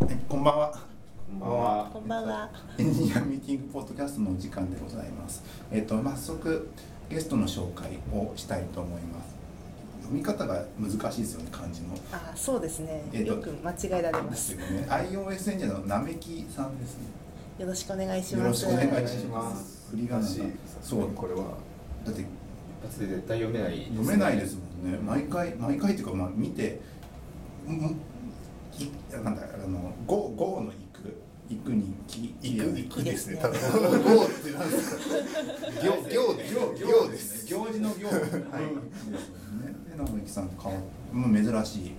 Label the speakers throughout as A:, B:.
A: はい、こんばんは。
B: こんばんは。
C: こんばんは。
A: エンジニアミーティングポッドキャストのお時間でございます。えっ、と、早速ゲストの紹介をしたいと思います。読み方が難しいですよね、漢字の。
C: あ、そうですね。
A: えっと
C: よく間違えられま
A: です
C: す。
A: よ
C: よ
A: ね。iOS エンジニアのなめきさんですね。
C: ろしくお願いし
A: よろ
C: ま
A: し
C: す。
A: くお願いします
B: 振り仮名が
A: そう
B: これは
A: だって
B: 一発で絶対読めないですね。
A: 読めないですもんね。毎回毎回っていうかまあ見て、うんうんいなんだあのゴーゴーの行く行くにき
D: 行く行くですね。多
C: 行く
D: 分
C: で
D: 行ってなんですか。行行行行です。
A: 行事の行。はい。ですよね。で、直行さんと顔、もう珍しい見える。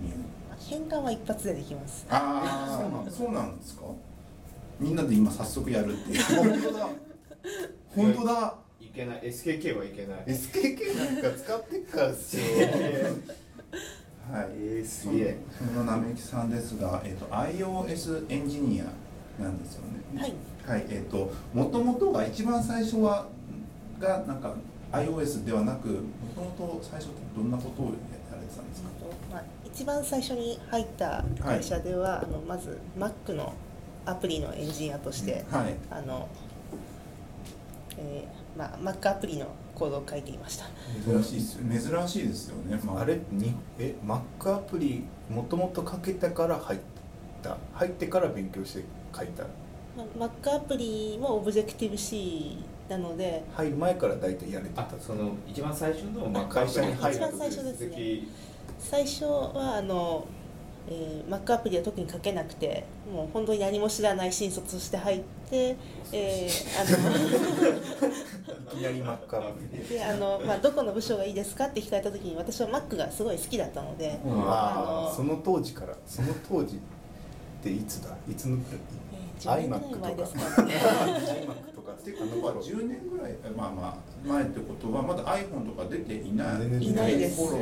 C: 変換は一発でできます。
A: ああ、そうなんですか。みんなで今早速やるっていう。本当だ。本当だ。
B: いけない。SKK はいけない。
D: SKK なんか使ってっからですよ。
A: はい。
B: えーすげえ
A: そのなめきさんですが、えっ、と iOS エンジニアなんですよね。
C: はい。
A: はい。えっ、と元々が一番最初はがなんか iOS ではなく、元々最初ってどんなことをやられてたんですか。
C: まあ、一番最初に入った会社では、あのまず Mac のアプリのエンジニアとして、
A: はい。
C: あの、えーまあ、Mac アプリのコードを書いていました。
A: 珍しいですよね。珍しいですよね。ま
D: あれにえ Mac アプリもともとかけたから入った入ってから勉強して書いた
C: まあ Mac アプリも Objective-C なので、
D: 入る前から大体やれてた
B: あ、その一番最初のまあ
D: 会社に入る
C: 一番最初ですね最初はあの、えー、Mac アプリは特に書けなくてもう本当に何も知らない新卒して入って、えー、
D: いきなり Mac アプリ
C: あのであの、まあ、どこの部署がいいですかって聞かれた時に私は Mac がすごい好きだったので、
A: うん
D: あ
C: あ
D: あ
C: の
D: その当時からその当時っていつだいつの
C: えー、10
D: iMac
C: 年
D: と
C: ぐら
D: か
C: い前ですか
D: iMac とか
A: ってことは10年ぐらいまあまあ前ってことはまだ iPhone とか出ていない
D: 全然
C: いないです
A: 頃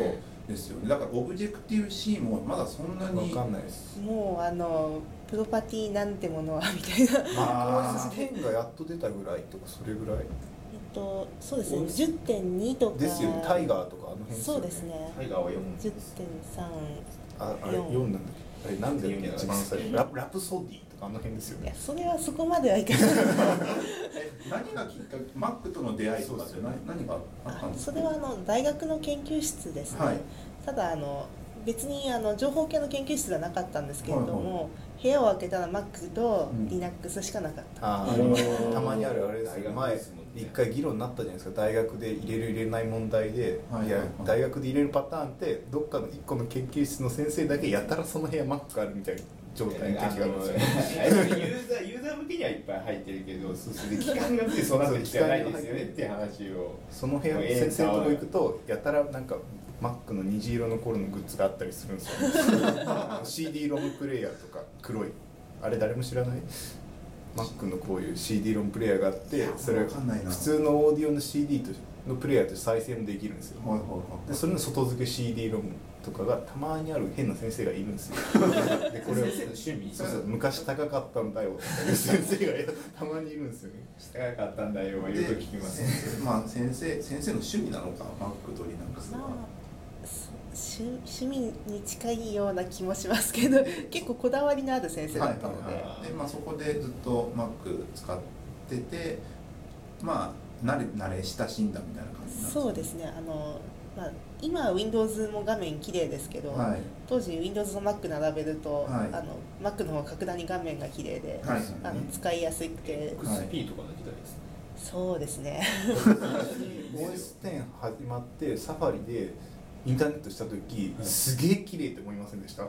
A: ですよねだからオブジェクティブ C もまだそんな
D: わ
A: に
D: かんないです。
C: もうあのプロパティなんてものはみたいな、えっ
D: マック OS 10がやっと出たぐらいとかそれぐらい
C: と、そうですね10.2とか
D: ですよね。タイガーとかあの辺よ
C: そうです。ね
B: タイガーを読むんです。
C: 10.3
D: ああれ
C: 四
D: 四なんだっけ。あれなんだっけ一番最初ララプソディとかあの辺ですよ
C: い
D: ね
C: や。それはそこまではいかない
A: え何がきっかけ Mac との出会いとかって何何があったんです
C: そ
A: か
C: れはあの大学の研究室ですね、
A: はい
C: ただあの別にあの情報系の研究室ではなかったんですけれど
A: はい
C: も、部屋を開けたら Mac と
A: うん
C: Linux しかなかった、
D: あ
A: あの
D: あたまにあるあれです
B: 大
D: よ
B: 学
D: 前
B: ですもんね
D: 一回議論になったじゃないですか大学で入れる入れない問題で、
A: はい
D: い
A: は
D: や
A: いはい
D: 大学で入れるパターンってどっかの一個の研究室の先生だけやたらその部屋マックあるみたいな状態の時があるんですよ
B: ユーザーユーザー向けにはいっぱい入ってるけど、そうする期間がついそうなってきてないですよねっていう話を。
D: その部屋の先生のとこ行くとやたらなんかマックの虹色の頃のグッズがあったりす るんですよあの CD ロムプレイヤーとか黒いあれ誰も知らないマックのこういう CD ロムプレイヤーがあってそれ
A: わかんないな
D: 普通のオーディオの CD とのプレイヤーとして再生もできるんですよ
A: はいはい
D: で
A: はい
D: それの外付け CD ロムとかがたまにある変な先生がいるんですよ でこれを
B: 先生の趣味。
D: そうそう昔高かったんだよっていう先生がたまにいるんですよね
B: 高かったんだよはよく聞きます
A: で。先生まあ先生先生の趣味なのか Mac と Linux
C: まあ
A: は
C: し趣趣味に近いような気もします けど結構こだわりのある先生だったので、
A: はいはいはい、でまあそこでずっと Mac 使っててまあ慣れ慣れ親しんだみたいな感じなんですか
C: そうですねあの、まあ、今は Windows も画面綺麗ですけど、
A: はい
C: 当時 Windows と Mac 並べると、
A: はい
C: あの Mac の方が格段に画面が綺麗で、
A: はい
C: あの使いやすくて
B: XP とかの時代ですね。
C: そうですね
D: OS10 始まってサファリでインターネットした時、
B: はい
D: すげえ綺麗って思いませんでした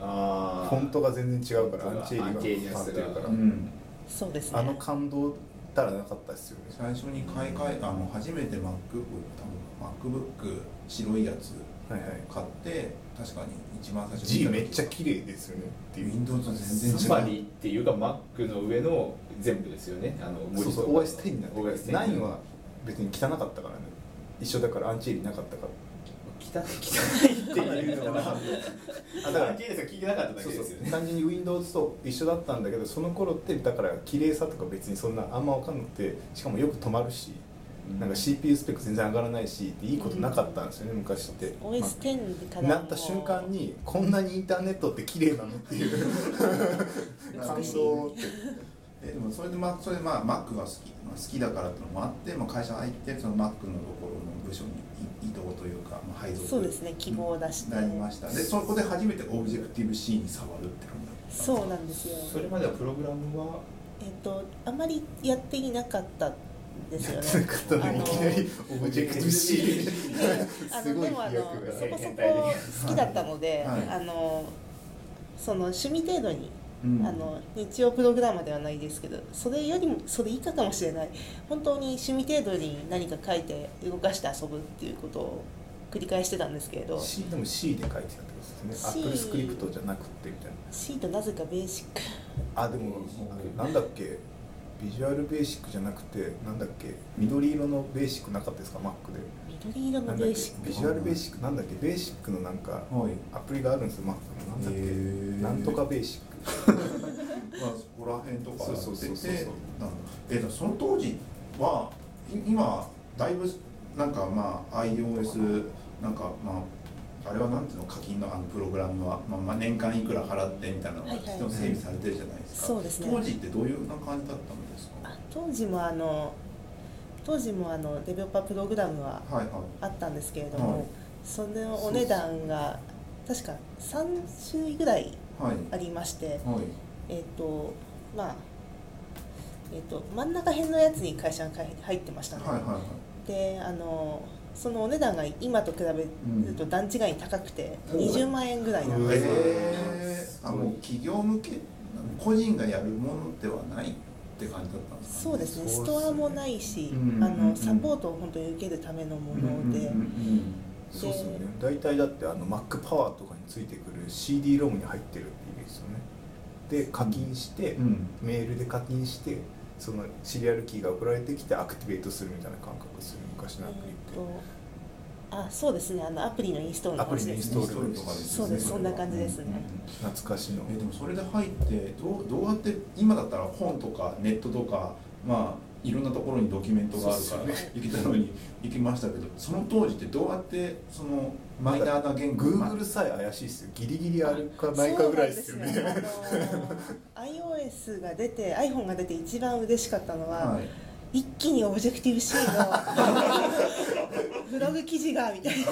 B: あ
D: フォントが全然違うから
B: フォント
D: ア
B: が
D: ンチエリ
B: アンチエリ
D: が
B: ア
D: かかって
B: ス
D: る
B: が
D: から、
A: うん
C: そうですね
D: あの感動たらなかったですよね
A: 最初に買い替えあの初めて MacBook 多分 MacBook 白いやつ
D: はいはい
A: 買って確かに一番最初
D: G めっちゃ綺麗ですよねっていう
A: Windows と全然違う
B: サファ リっていうか Mac の上の全部ですよね。あの
D: そうそう OS10 になってる
B: OS10
D: 9は別に汚かったからね一緒だからアンチエリなかったから
B: 汚い汚いっていうのが
D: あだから
B: アンチエリアスが聞いてなかっただ
D: そ
B: け
D: う
B: で
D: そ
B: すよ
D: う
B: ね。
D: 単純に Windows と一緒だったんだけどその頃ってだから綺麗さとか別にそんなあんま分かんなくてしかもよく止まるしなんか CPU スペック全然上がらないしいいことなかったんですよね、昔って
C: OS10 からも
D: なった瞬間にこんなにインターネットって綺麗なのっていう感動って
A: えでもそれでまあそれでまあ Mac が好き、まあ、好きだからっていうのもあって、まあ、会社入ってその Mac のところの部署に移移動というか、まあ、配属
C: そうですね希望を出して
A: なりましたでそこで初めてオブジェクティブ C に触るって感じだったんですか
C: そうなんですよ
B: それまではプログラムは
C: えっとあまりやっていなかったんですよね
D: なかったのにいきなりオブジェクト C
C: あ
D: す
C: の
D: ごい
C: でもあ
D: 飛
C: の
D: 躍が
C: そこそ
B: 変態的
C: こ好きだったので、
A: はい
C: あのその趣味程度に、
A: うん
C: あの日曜プログラマーではないですけどそれよりもそれ以下かもしれない本当に趣味程度に何か書いて動かして遊ぶっていうことを繰り返してたんですけれど
D: C でも C で書いてたってことですね
C: C
D: アップルスクリプトじゃなくてみたい
C: C となぜかベーシック
D: なあでもなんだっけビジュアルベーシックじゃなくてなんだっけ緑色のベーシックなかったですか Mac で
C: 緑色
D: な
C: の
D: ん
C: ベ
D: だっけ
C: ーシック
D: ビジュアルベーシックなんだっけベーシックのなんか
A: はい
D: アプリがあるんですよ Mac のなんだっけ、
A: へー
D: なんとかベーシック
A: まあ、そこら辺とか
D: そうそうそうそう
A: やっててなんだえーとその当時はい今だいぶなんかまあ iOS なんかまああれはなんていうの課金のあのプログラムは、まあ、まあ年間いくら払ってみたいなのが
C: はいはい
A: 整備されてるじゃないですか、
C: そうですね
A: 当時ってどういうな感じだったんですか
C: あ当時もあの当時もあのデベロッパープログラムは
A: はいはい
C: あったんですけれども、
A: はい
C: そのお値段が確か3種類ぐらい
A: はい
C: ありまして
A: はい
C: えっ、とまあえっ、と真ん中辺のやつに会社がかい入ってましたね、
A: はいはいはい
C: であのそのお値段が今と比べると段違いに高くて
A: うん
C: 20万円ぐらいなんです、
A: えー、あもう企業向け個人がやるものではないって感じだったんですか
C: そうですねストアもないし、
A: うん
C: あ
A: うん
C: のサポートを本当に受けるためのもので、
A: うんうんうん
D: そうですよね大体だってあの Mac パワーとかについてくる CD ロムに入ってるってイメージですよねで課金して、
A: うんうん
D: メールで課金してそのシリアルキーが送られてきてアクティベートするみたいな感覚でする昔のアプリ
C: えっ
D: っ
C: とあそうですねあのアプリのインストール
D: て
C: の
D: アプリ
C: 話
D: のイ
C: で
D: ン
C: す
D: ス
C: ね
D: トールとかですよ
C: そうですそんな感じですね
D: 懐かしの
A: えでもそれで入ってどうどうやって今だったら本とかネットとかまあいろんなところにドキュメントがあるから
D: そうっ
A: 行けたのに 行きましたけどその当時ってどうやってそのマイナーな言語まあ
D: Google さえ怪しいですよギリギリあるかないかぐらいですよね
C: そうな んですよあの iOS が出て iPhone が出て一番嬉しかったのは、
A: はい
C: 一気にオブジェクティブ C のブログ記事がみたいな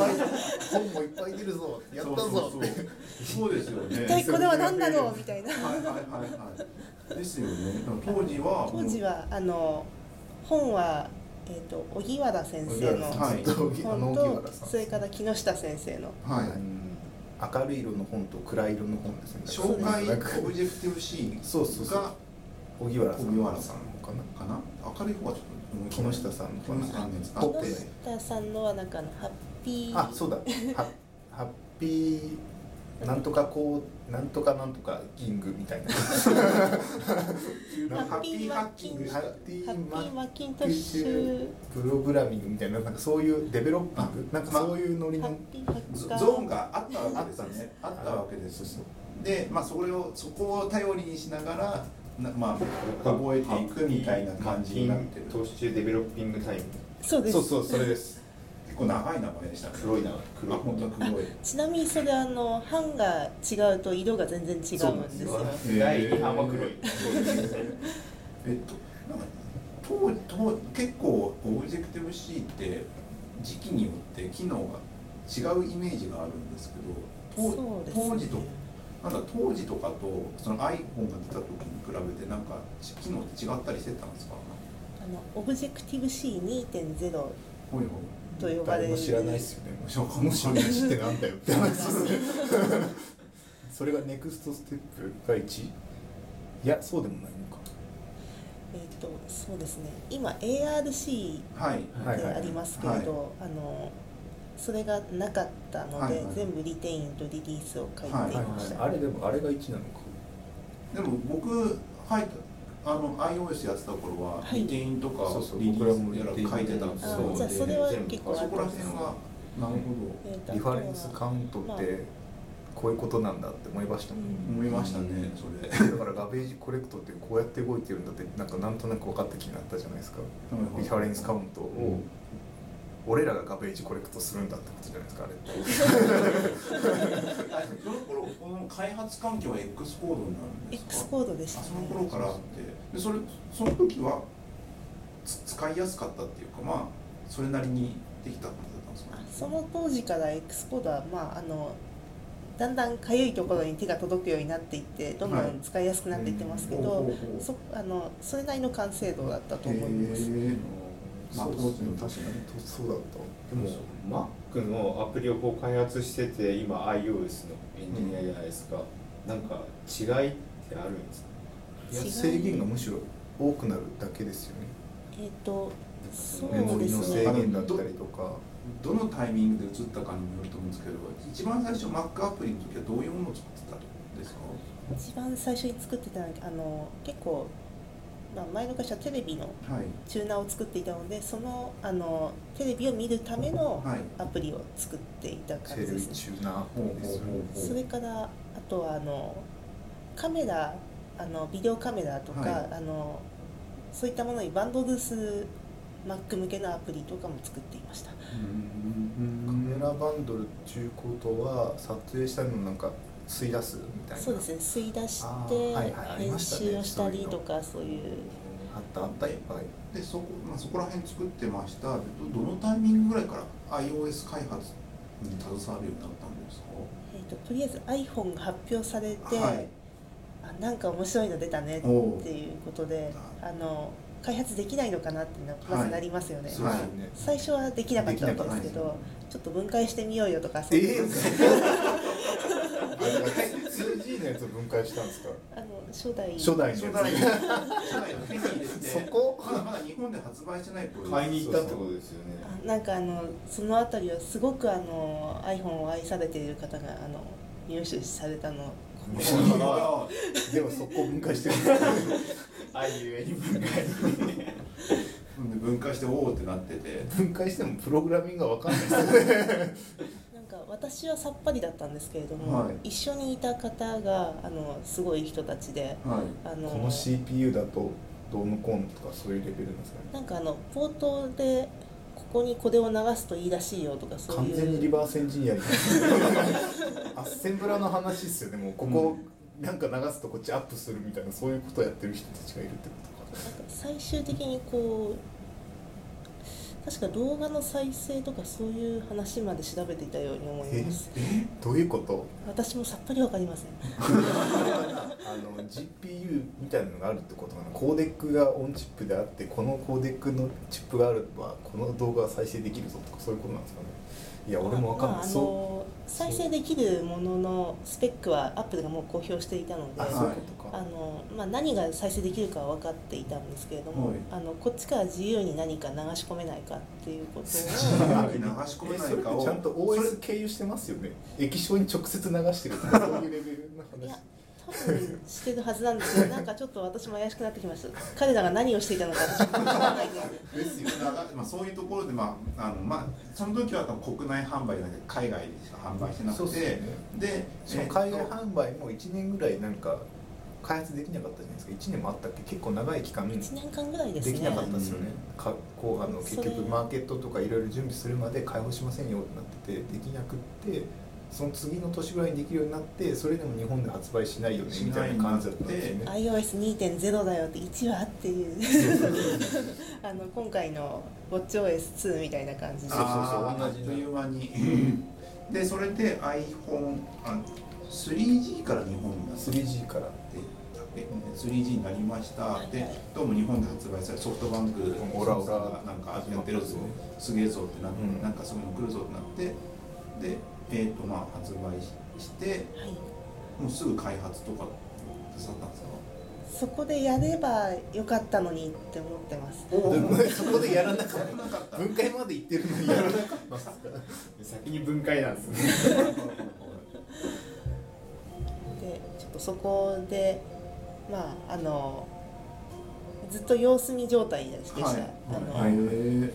D: 本もいっぱい出るぞやったぞ
A: そうそうそうそうですよね
C: 一体これは何だろうみたいな
A: はいはいはいはいですよねだから当時は
C: 当時はあの本は、えー、と荻原先生の
A: はい
D: ずっと荻あの荻
C: 本と
D: 原さん
C: それから木下先生の
A: はい
D: 明るい色の本と暗い色の本ですね
A: 紹介
D: なんか
A: オブジェクティブ C
D: そうそうそう
A: が
D: 荻原さん
A: 荻原さん
D: かな
A: かな明るい方がちょっと思い浮かばない
D: 木下さんの
A: 木下さんのやつあ
D: ポッ
C: 木
D: ペ
C: 下さんのはなんかあのハッピー
D: あそうだハッハッピーなんとかこうなんとかなんとかキングみた いな
C: ハッピーハッキング
D: ハッピ
C: ハッピー
D: ーマ
C: マ
D: ッ
C: ッキントッシュ
D: プログラミングみたいななんかそういうデベロッピングなんかそういうノリ
C: ハッ
D: の
C: ピーハッ
A: ゾ
C: カー
A: ゾーンがあったわけですねあったわけですでまあそれをそこを頼りにしながらなまあ覚えていくみたいな感じになってる
B: 特殊デベロッピングタイム
C: そうです
D: そうそうそれです
A: 結構長い名前でしたね
B: 黒いな黒
A: あ
B: い
A: 本当だ黒い
C: ちなみにそれあの版が違うと色が全然違うんです
B: そう
C: よ
B: なんですよ
A: へー
B: 第2版は黒い
A: えっとなんか当当結構オブジェクティブ C って時期によって機能が違うイメージがあるんですけど当
C: そうですね
A: 当時となんだ当時とかとその iPhone が出た時に比べてなんかち機能って違ったりしてたんですか
C: あのオブジェクティブ C2.0
A: ほいほい
C: と呼ばれ
D: 誰
C: る
D: も知らないっすよね
A: そうか
D: も
A: も
D: し
A: しれ
D: れな
A: ないい
D: 知ってなんだよって話ですね それがネクストステップが1いやそうでもないのか
C: えっ、とそうですね今 ARC
A: はい
D: はい
C: でありますけれど、あのそれがなかったので、
A: はいはい
C: 全部リテインとリリースを書いてい
A: はい
C: ました、
D: あれでもあれが1なのか
A: でも僕入ったあの iOS やってた頃は
C: はい
A: リテインとか
D: そうそう
A: リリ
D: 僕らも
A: ースやら書いてたんです
C: あ
A: よ
C: ーじゃあそれは結構
A: そこら辺はなるほど
C: えーと
D: リファレンス
C: あとは
D: カウントって
C: まあ
D: 言こういうことなんだって思いました、
C: うん
A: 思いましたねそれ
D: だからガベージコレクトってこうやって動いてるんだってなんかなんとなく分かった気になったじゃないですか リファレンスカウントを俺らがガベージコレクトするんだってことじゃないですかあれって
A: その頃この開発環境は X コードになるんですか
C: X コードでした
A: あ
C: ね
A: その頃からあってでそれその時はつ使いやすかったっていうかまあそれなりにできた感じだったんですか
C: あその当時から X コードはまああのだんだんかゆいところに手が届くようになっていってどんど
A: はい
C: ん使いやすくなっていってますけど、
A: ほうほうほう
C: そあのそれなりの完成度だったと思います、
A: へー
D: まあ
A: そう
D: そう
A: ですね
D: 確かにそうだった
B: でも Mac のアプリをこう開発してて今 iOS のエンジニアじゃないですか、なんか違いってあるんですか
D: いや
C: 違う
D: 制限がむしろ多くなるだけですよね
C: えっ、とそう
D: メモ
C: で
D: リの
C: す
D: 制
C: ね
D: 限だったりとか
A: どのタイミングで移ったかにもよると思うんですけど一番最初 Mac アプリの時はどういうものを作ってたんですか
C: 一番最初に作ってたのはあの結構、まあ、前の会社はテレビの
A: はい
C: チューナーを作っていたのでそのあのテレビを見るための
A: はい
C: アプリを作っていた
D: チ
C: 感じ
D: ェ
C: で
D: ル
C: すね、
D: チューナー
A: ほうほう
D: ですよね
A: ほう
C: それからあとはあのカメラあのビデオカメラとか、
A: は
C: あのそういったものにバンドルース Mac 向けのアプリとかも作っていました
D: カメラバンドルっていうことは撮影したのをなんか吸い出すみたいな
C: そうですね吸い出し
D: あ
C: て
D: ーはいはいありま
C: 編
D: したね
C: 集をしたり
D: そういう
C: と
D: の
C: かそういう
D: あったあったいっぱい
A: でそこ,、まあ、そこら辺作ってましたでどどのタイミングぐらいから iOS 開発に携わるようになったんですか
C: えー、ととりあえず iPhone が発表されて、
A: はい
C: あなんか面白いの出たねって
A: おう
C: いうことであの開発できないのかなってなま
A: は
C: ず
A: い
C: なりますよね、
D: そうですよね
C: 最初はできなかったわけですけ
A: できな
C: どちょっと分解してみようよとかそう
D: え
C: い
D: え
C: う
D: 2G のやつを分解したんですか
C: あの初代
D: 初代
A: 初
D: の
A: 代
D: や
A: 初代のフェリーです
D: つそ
A: ね
D: こ
A: まだまだ日本で発売してない頃
B: 買いに行ったってことですよね
C: あなんかあのそのあたりはすごくあの iPhone を愛されている方があの入手されたのを
A: そうそうあ
D: でもそこ分解してるんですよ
B: あいうえに分解
A: で分解しておおってなってて
D: 分解してもプログラミングが分かんないです よ
C: なんか私はさっぱりだったんですけれども、
A: はい
C: 一緒にいた方があのすごい人たちで
A: はい
C: あの
D: この CPU だとどうのこうのとかそういうレベルなんですかね
C: なんかあの冒頭でここにこれを流すといいらしいよとかそう
D: 完
C: いう
D: 全にリバースエンジニアにアッセンブラの話っすよねもうここ、なんか流すとこっちアップするみたいなそういうことをやってる人たちがいるってことか
C: なんか最終的にこう確か動画の再生とかそういう話まで調べていたように思います
D: どういうこと
C: 私もさっぱりわかりません
D: あの GPU みたいなのがあるってことかなコーデックがオンチップであってこのコーデックのチップがあればこの動画は再生できるぞとかそういうことなんですかねいや俺もわかんない、
C: まああ
D: そう
C: の再生できるもののスペックはアップルがもう公表していたので
D: あ
A: はい
D: そういうことか、
C: あのまあ、何が再生できるかは分かっていたんですけれども、
A: はい
C: あのこっちから自由に何か流し込めないかっていうことを
A: 流し込め
D: え
A: な
D: それ
A: い
D: っ
A: かを
D: てちゃんと OS 経由してますよね液晶に直接流してるとかそういうレベルの
C: いや
D: 話
C: 多分してるはずなんですけどなんかちょっと私も怪しくなってきました彼らが何をしていたのかちょっと分からない です
A: ですよねだからまあ、そういうところで、まああのまあ、その時は多分国内販売じゃなくて海外でしか販売してな
D: そう
A: く
D: ってすよね
A: で
D: しかも海外販売も1年ぐらいなんか開発できなかったじゃないですか1年もあったっけ結構長い期間
C: 1年間ぐらいです
D: で
C: ね
D: きなかったですよねかこうあの
C: そ
D: 結
C: れ
D: 局マーケットとかいろいろ準備するまで開放しませんよってなっててできなくってその次の年ぐらいにできるようになってそれでも日本で発売しないよねみたいな感じだったんですよね
C: iOS2.0 だよって1話っていう あの今回の WatchOS2 みたたいな感じで
A: あ
B: そうそうそう
A: ー
B: 同
A: あ
B: じ
A: っという間にでそれで iPhone3G から日本になって
D: 3G から
A: 3G になりましたでどうも日本で発売されソフトバンク
D: オラオラ
A: なんかやってるぞすげえぞってなって、
D: うん
A: なんかそういうの来るぞってなってでえっ、とまあ発売しして
C: はい、
A: もうすぐ開発とか手伝ったんですか
C: そこでやればよかったのにって思ってます
A: お
D: でも そこでやらなかっ
A: なかった
D: た分解までいってるのにやらなかったんですか
B: 先に分解なんですね
C: でちょっとそこでまああのずっと様子見状態でした、
A: はい
C: あの
A: はい、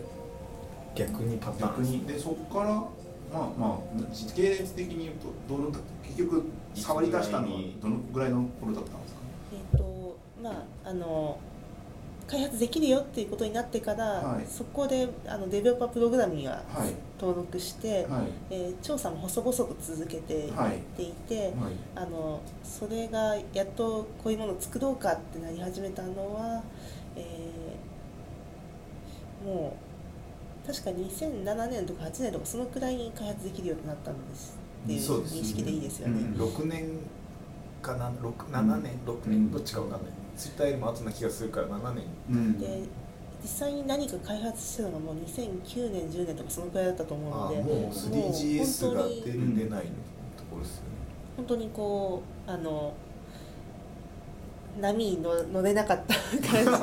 D: 逆にパターン
A: 逆にでそこからまあまあ時系列的に言うとどの結局触り出したのはどのぐらいの頃だったんですか
C: えっ、とまああの開発できるよっていうことになってから、
A: はい
C: そこであのデベロッパープログラムには
A: はい
C: 登録して、
A: はい
C: えー調査も細々と続けていっていて、
A: はい
C: あのそれがやっとこういうものを作ろうかってなり始めたのは、えーもう確か2007年とか8年とかそのくらいに開発できるようになったんですっていう
A: そう
C: 認
A: ですね
C: 識でいいですよね。
A: うん
D: 6年かな6 7年6
A: うん
D: 年どっちかわかんないツイッターよりも後な気がするから7年
A: うん
C: で実際に何か開発してたのがもう2009年10年とかそのくらいだったと思
D: ああ
C: うので
D: もう 3GS が
A: もう本
D: 出
A: 当に
D: る出ないところですよね
C: 本当にこうあの波に乗乗れなかった感じが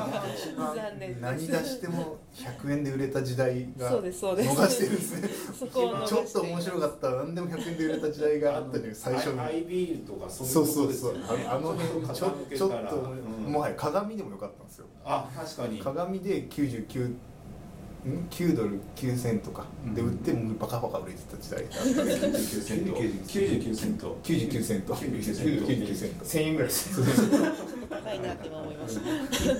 C: 残念で す
D: 何出しても100円で売れた時代が
C: そうですそうです
D: 逃してるんですね
C: そこを逃し
D: ち
C: て
D: ょっと面白かった何でも100円で売れた時代があったじゃない最初に
A: アイビールとかそ
D: そうそう
A: う
D: そうあ
A: あ
D: の
A: の
D: 辺ちょちょっともはや鏡でもよかったんですよ
A: あ確かに
D: 鏡で99ん9ドル9セントかで売ってもバカバカ売れてた時代があったんですよ
A: 99セント99セント
D: 99セン
A: 99セン
D: ト
A: ト
D: 99セント
B: 千円ぐらいです
C: 高いなって今思いました。
A: リ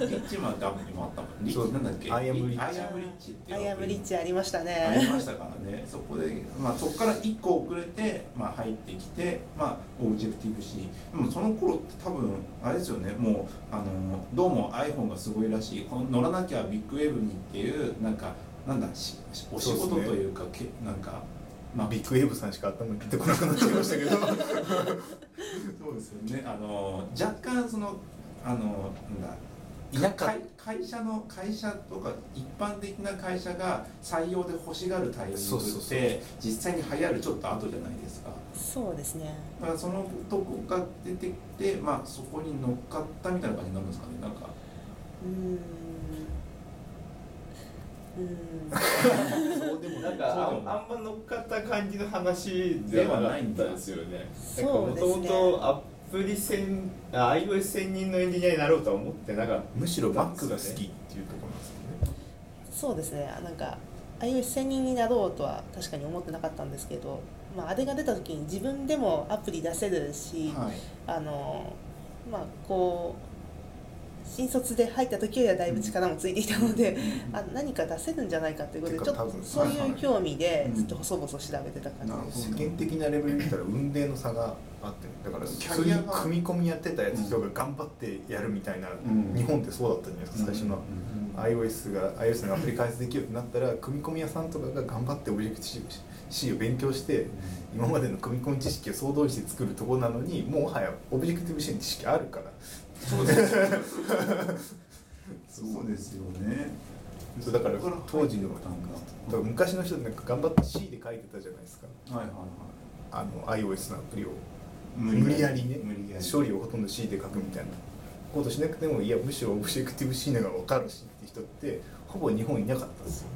A: ッチマンダブにもあったもんリ
D: そう
A: ッチなんだっけ
D: アイアムリ
A: ア
D: ッ
A: イ
D: チ
A: アムリッチっていう
C: アイアムリッチありました
A: あり
C: ね。
A: ましたからねそこで、まあ、そこから1個遅れて、まあ、入ってきて、まあ、オブジェクティブ C でもその頃って多分あれですよねもうあのどうも iPhone がすごいらしいこの乗らなきゃビッグウェブにっていうなんかなんだししお仕事
D: そう
A: と
D: ですね
A: いうかけなんかまあ
D: ビッグウェーブさんしか頭に出てこなくなっちゃいましたけど
A: そうですよねあの若干そのあのなんだ
D: 田舎
A: 会会社の会社とか一般的な会社が採用で欲しがるタイミン
D: そう
A: グ
D: そ
A: っ
D: うそう
A: て実際に流行るちょっと後じゃないですか
C: そうですね。
A: だからそのとこが出てきて、まあ、そこに乗っかったみたいな感じになるんですかねなんか
C: うーん。うーん。
D: そうでも
B: なんかあんあんま乗っかった感じの話ではないんですよね。
C: そうですね
B: もともとアプリ専あ iOS 専任のエンジニアになろうとは思ってなかった。
D: むしろマックが好きっていうところなんですよね
C: そうですね。なんか iOS 専任になろうとは確かに思ってなかったんですけど、まああれが出た時に自分でもアプリ出せるし、
A: はい
C: あのまあこう。新卒で入った時よりはだいぶ力もついていたので、あ何か出せるんじゃないかということで
D: て
C: ちょ
D: か
C: っと
D: 多分
C: そういう興味で
A: うん
C: ずっと細々調べてた感じ
A: なるほど
D: 世間的なレベルで見たら運命の差があってだから
A: キ
D: 普
A: ャ
D: 通
A: リ
D: に
A: アが
D: 組み込みやってたやつ人が頑張ってやるみたいな、
A: うん
D: 日本ってそうだったじゃないですか最初の、
A: うん
D: iOS が iOS のアプリ開発できるようになったら組み込み屋さんとかが頑張ってオブジェクト C を勉強して今までの組み込み知識を総動員して作るところなのにもはやオブジェクティブ C の知識あるから
A: そう ですよそうですよね
D: そうだから
A: そこら
D: 当時の
A: 入ってたんだ
D: だから昔の人ってなんか頑張って C で書いてたじゃないですか
A: はいはいはい
D: あの iOS のアプリを
A: 無
D: 無理やりね
A: 無理やり
D: 処理をほとんど C で書くみたいなことしなくてもいやむしろオブジェクティブ C の方が分かるしって人ってほぼ日本いなかったんですよ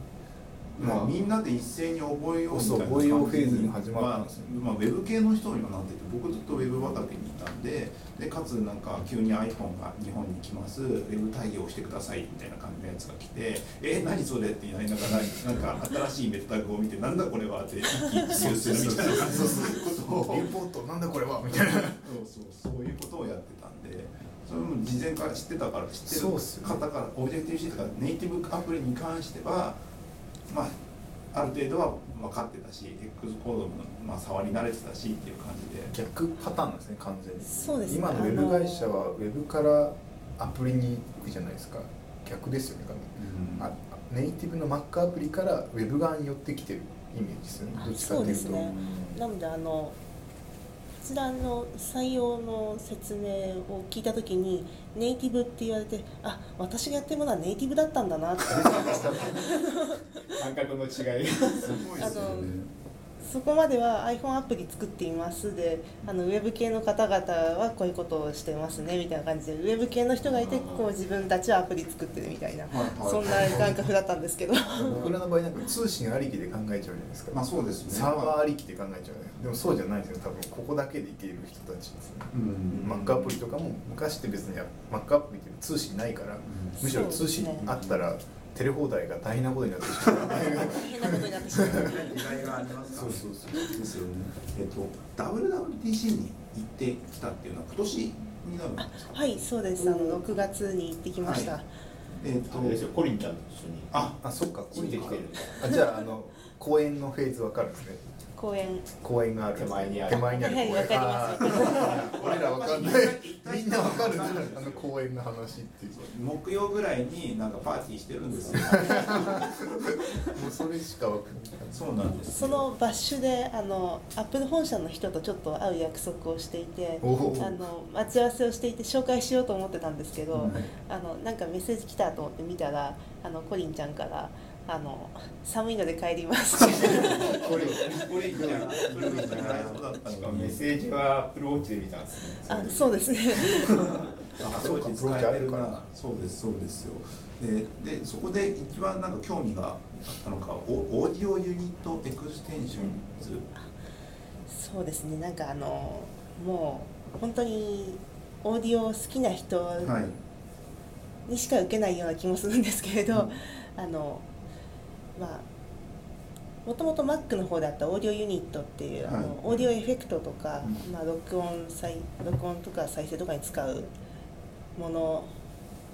A: まあ、みんなで一斉に覚えようみたいな
D: そう覚えようフェーズに始まったんですよ
A: まあまあ、ウェブ系の人にはなってて僕ずっとウェブ畑にいたんででかつなんか急に iPhone が日本に来ますウェブ対応してくださいみたいな感じのやつが来て「え何それ?」ってなりながらなんか新しいメタグを見て「なんだこれは?」って一気にするするみたいな感じのことを
D: レポートなんだこれはみたいな
A: そうそうそういうことをやってたんでそれも事前から知ってたから知ってる
D: そうっすよね
A: 方からオブジェクティブ C とかネイティブアプリに関してはまあある程度は分かってたし X コードも、まあ、触り慣れてたしっていう感じで
D: 逆パターンなんですね完全に
C: そうですね
D: 今のウェブ会社はウェブからアプリに行くじゃないですか逆ですよね多分あネイティブの Mac アプリからウェブ側に寄ってきてるイメージですよねどっちかっていうと
C: そうですねなのであのこちらの採用の説明を聞いた時にネイティブって言われてあ私がやってるものはネイティブだったんだな って
B: 感覚の違い。
A: すごい
C: い
A: で
C: ですす
A: よ
C: よ
A: ね
C: ねそこまでは iPhone アプリ作っていますであのウェブ系の方々はこういうことをしてますねみたいな感じでウェブ系の人がいてこう自分たちはアプリ作ってるみたいな
A: はいはい
C: そんな感覚だったん ですけど
D: 僕らの場合なんか通信ありきで考えちゃうじゃないですか、
A: まあそうですね
D: サーバーありきで考えちゃうねでもそうじゃないですよ多分ここだけでいける人たちですね
A: うん
D: マックアプリとかも昔って別にマックアプリって通信ないからむしろ通信あったらテレ放題が大変なことになってしまう
C: 変なことになってしまう
A: 時代があります
D: そうそうそう
A: ですよねえっと WWDC に行ってきたっていうのは今年になるんですか
C: はいそうですあの6月に行ってきました、
A: はえっ
B: あれです
A: と
B: よコリンちゃんと一緒に
A: あ
D: あそっか
B: ついてきてる
D: あじゃああの公園のフェーズわかるんですね
C: 公演
D: 公園がある
B: 手前にある
D: 手前にある公園
C: はいわかりますわか
D: あー
C: ります
D: 俺らわかんないみんなわかるねあの公園の話っていう
A: 木曜ぐらいになんかパーティーしてるんですよ
D: もうそれしかわかんない
A: そうなんです
C: そ
A: よ
C: のバッシュであのアップル本社の人とちょっと会う約束をしていてあ
D: おお
C: の待ち合わせをしていて紹介しようと思ってたんですけど、
A: はい
C: あのなんかメッセージ来たと思って見たらあのコリンちゃんからあの「寒いので帰ります」
A: これこれいいなこれいいなそうだった
B: しか
A: の
B: もメッ
A: に
B: セージはアップルウォッチで見たんですね
C: あそうですね
A: あ
D: そう
A: 使えて
D: か
A: る
D: ブロックあるか
A: な
D: ら
A: そうですそうですよででそこで一番なんか興味があったのがオオーディオユニットエクステンションズ
C: そうですねなんかあのもう本当にオーディオ好きな人
A: はい
C: にしか受けないような気もするんですけれど、あのまあもともと Mac の方だったオーディオユニットっていう、あ
A: はい
C: のオーディオエフェクトとか、
A: うん
C: まあ、録音再録音とか再生とかに使うもの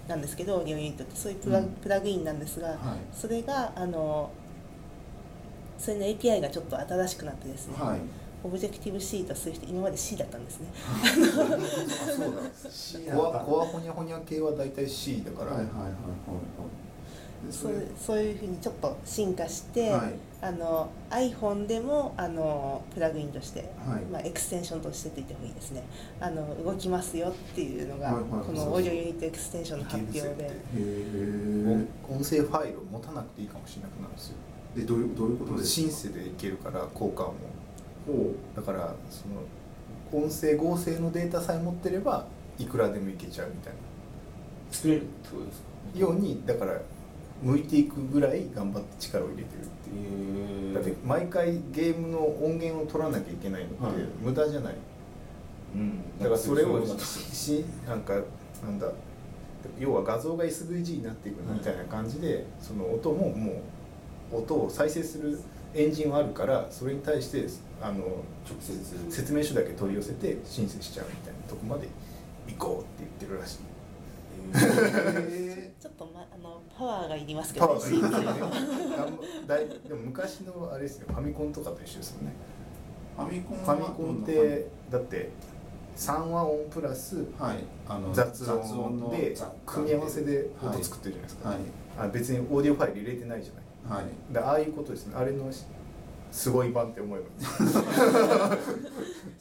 C: なんですけどオーディオユニットってそういうプラ,、
A: うん
C: プラグインなんですが、
A: はい
C: それがあのそれの API がちょっと新しくなってですね、
A: はい
C: オブジェクティブ C と Swift 今まで C だったんですね
D: あそうだ C コアコアホニャホニャ系は大体 C だか
A: はい
D: ら、
A: はいはいはいはいで
C: そ
A: そうれ
C: そういうふうにちょっと進化して、
A: はい
C: あの iPhone でもあのプラグインとして、
A: はい
C: まあ、エクステンションとしてついてもいいですねあの動きますよっていうのが、
A: はいはい
C: こ
A: そうそ
C: の
A: う
C: オーディオユニットエクステンションの発表
D: いけるぜっ
C: で
D: て
A: へ
D: も
A: ー
D: う音声ファイルを持たなくていいかもしれなくなるんですよ
A: でどういうどういうことです
D: シ
A: か
D: ンセでいけるから効果も
A: ほ
D: だからその音声合成のデータさえ持ってればいくらでもいけちゃうみたい
B: 作れるってことですか
D: なようにだから向いていくぐらい頑張って力を入れてるっていうだって毎回ゲームの音源を取らなきゃいけないのって
B: はい
D: 無駄じゃない、
B: うん
D: だからそれを
B: なんか
D: ししなんかなんだ要は画像が SVG になっていくみたいな感じで、その音ももう音を再生するエンジンはあるからそれに対してあの
B: 直接
D: 説明書だけ取り寄せて申請しちゃうみたいなとこまで行こうって言ってるらしい
A: へえ
C: ちょっと、ま、あのパワーがいりますけ
D: パ
C: ど
D: ワーがいいです
C: ね
D: よね頑張だいでも昔のあれですよファミコンとかと一緒ですよね
A: ファミコン
D: フ
A: は
D: ァミコンってだって3和音プラス
A: はいあの
D: 雑音
A: の
D: で
A: 雑感
D: 組み合わせで
A: は
D: 音
A: い
D: 作ってるじゃないですか、
A: はい
D: あ別にオーディオファイル入れてないじゃない
A: はい
D: だからああいうことですねあれのすごい版って思えば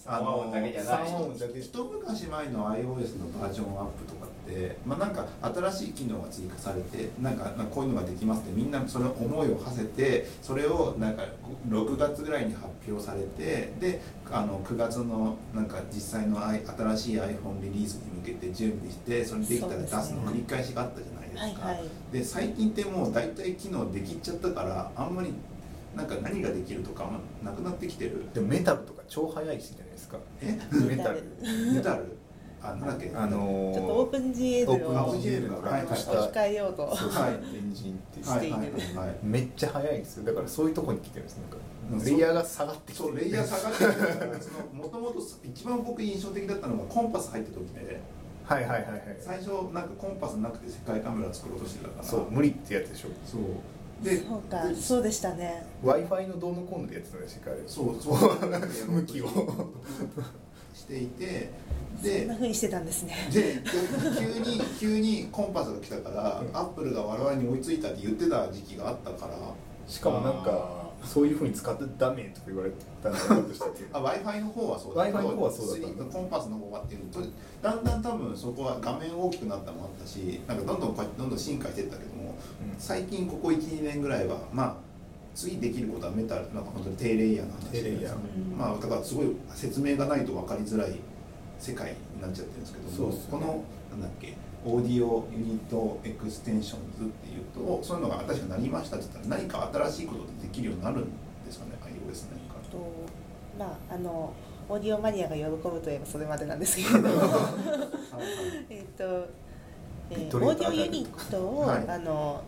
B: あの音だけじゃない
D: 三和音だけ
A: 一昔前の iOS のバージョンアップとかって、まあ、なんか新しい機能が追加されてなんかなんかこういうのができますってみんなその思いを馳せてそれをなんか6月ぐらいに発表されてであの9月のなんか実際のアイ新しい iPhone リリースに向けて準備してそれできたら出すの
C: そうですね
A: 繰り返しがあったじゃないですか。
C: はいはい
A: で最近ってもう大体機能できちゃったからあんまりなんか何ができるとかもなくなってきてる
D: でもメタルとか超速いしじゃないですか
A: え
D: メタル
A: メタルあなんだっけ
D: あの
C: ちょっとオープン GL
D: オープン
C: を
A: オープン
D: GL の開発した
C: 控えようと、
D: そうそう
A: はい
D: エンジンっていう、
A: はいはいは
C: はいい
A: はい
D: めっちゃ速いんですよだからそういうとこに来てるんです
A: う
D: なんん
A: そう
D: かレイヤーが下がってきて
A: そ
D: る
A: うレイヤー下がってるからそのもともと一番僕印象的だったのがコンパス入った時で
D: はいはいはいはい
A: 最初なんかコンパスなくて世界カメラ作ろうとしてたから
D: そう無理ってやつでしょ
A: そうで
C: そうか
A: で
C: そうでしたね
D: w i f i のどうのこうのでやってたんですよ彼
A: そうそう
D: 向きを
A: していて
C: そ
A: で
C: んなふうにしてたんですね
A: で急に急にコンパスが来たからアップルが我々に追いついたって言ってた時期があったから
D: しかもなんかそういうふうに使ってダメとか言われたんだけど
A: w i f i の方はそうだけど
D: Wi-Fi の方はそうだった
A: スリーコンパスの方はっていうとだんだん多分そこは画面大きくなったのもあったしなんかどんどんこうやってどんどん進化していったけども最近ここ12年ぐらいはまあ次できることはメタルなんか本当に低レイヤーの話
D: 低レイヤー
C: うん
A: まあだからすごい説明がないと分かりづらい世界になっちゃってるんですけど
D: そう
A: も、
D: っすね
A: このなんだっけオーディオユニットエクステンションズっていうとそういうのが私がなりましたって言ったら何か新しいことってできるようになるんですかね iOS 何か。
C: とまああのオーディオマニアが喜ぶといえばそれまでなんですけれどえっと、
D: ビ
C: え
D: ッ
C: ー
D: トレ
C: オ
D: ー
C: ーデ
D: ト上
C: ィオ
D: がる
C: ユニットを、
A: はい
C: あの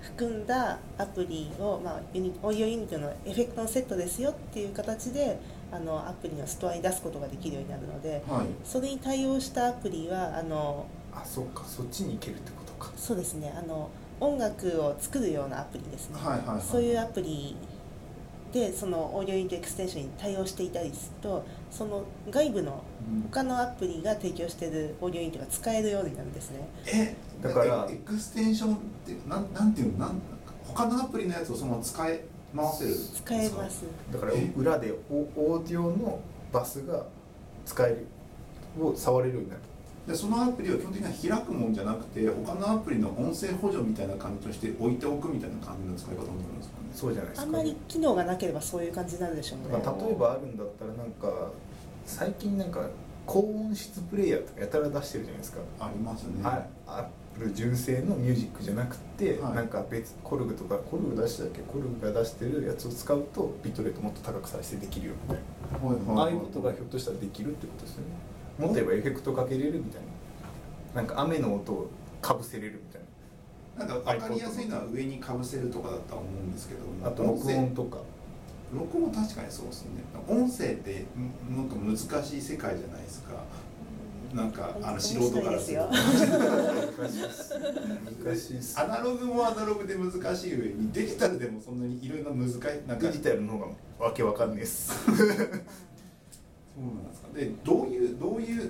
C: 含んだアプリを、まあ、ユニオーディオユニットのエフェクトのセットですよっていう形であのアプリのストアに出すことができるようになるので
A: はい
C: それに対応したアプリはあの
D: あそっかそっちに行けるってことか
C: そうですねあの音楽を作るようなアプリですね、
A: はいはいはい
C: そういうアプリでそのオーディオイントエクステンションに対応していたりするとその外部の
A: うん
C: 他のアプリが提供しているオーディオイントが使えるようになるんですね
A: え
D: だから
A: エクステンションってなんなんていうのなんなんか他のアプリのやつをそのまま使い回せる
C: 使えます
D: だから裏でオオーディオのバスが使えるを触れるようになる
A: でそのアプリを基本的には開くもんじゃなくて他のアプリの音声補助みたいな感じとして置いておくみたいな感じの使い方になるんですかね
D: そうじゃないです
C: あ
D: か
C: んまり機能がなければそういう感じになるでしょう
D: ま
C: ね
D: あ、例えばあるんだったらなんか最近なんか高音質プレイヤーとかやたら出してるじゃないですか、
A: ありますね
D: あアップル純正のミュージックじゃなくて、
A: はい
D: なんか別コルグとかコルグ出してたっけコルグが出してるやつを使うとビットレートもっと高く再生できるよみたい
A: はいはい
D: な
A: は
D: ああいうことがひょっとしたらできるってことですよねもっと言えばエフェクトかけれるみたいななんか雨の音をかぶせれるみたい
A: なんか分かりやすいのは上にかぶせるとかだったと思うんですけど
D: なあと録音とか
A: 録音は確かにそうですね音声ってんなんか難しい世界じゃないですかなんかあの素人からすると
C: 面白い
D: 難しいっす難しいっす
A: アナログもアナログで難しい上にデジタルでもそんなにいろいろな難しいなんか
D: デジタルの方がわけわかんないっす
A: そうなんですかでどういうどういうい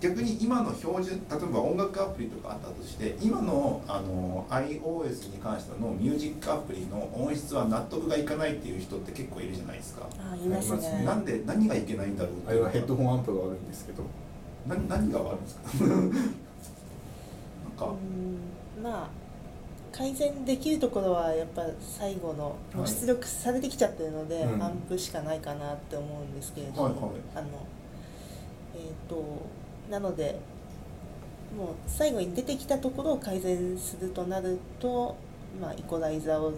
A: 逆に今の標準例えば音楽アプリとかあったとして今のあの iOS に関してのミュージックアプリの音質は納得がいかないっていう人って結構いるじゃないですか、
C: あいます
D: あり
C: ね
A: なんで何がいけないんだろうって
D: あ
A: い
D: れ
A: うの
D: は
A: が
D: ヘッドホンアンプが悪いんですけど
A: な何が悪いんですかなんか
C: うんまあ改善できるところはやっぱ最後のもう出力されてきちゃってるので、
D: うん
C: アンプしかないかなって思うんですけれども、
A: はいはい
C: あのえっ、となのでもう最後に出てきたところを改善するとなると、まあ、イコライザーを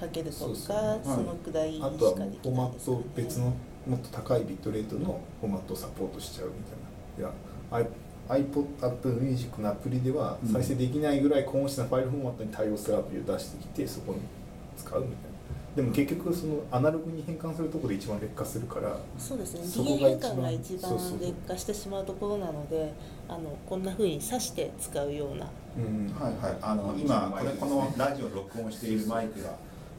C: かけると
D: はいそう
C: か、
D: そう
C: そのくらいし
D: あ
C: か
D: とはもう
C: で
D: フ
C: き
D: ォーマ
C: ない
D: ッ
C: です
D: ト
C: か
D: を
C: ね
D: 別のもっと高いビットレートのフォーマットをサポートしちゃうみたいないや iPod、Apple Music のアプリでは
A: うん
D: 再生できないぐらい高音質なファイルフォーマットに対応するアプリを出してきてそこに使うみたいなでも結局そのアナログに変換するところで一番劣化するから
C: そうですね
D: そこ
C: 期限
D: が一番
C: 変換が一
D: そうそう
C: 番劣化してしまうところなのであのこんなふうに刺して使うような
D: うん
A: はいはいあの今これこのラジオ録音しているマイクが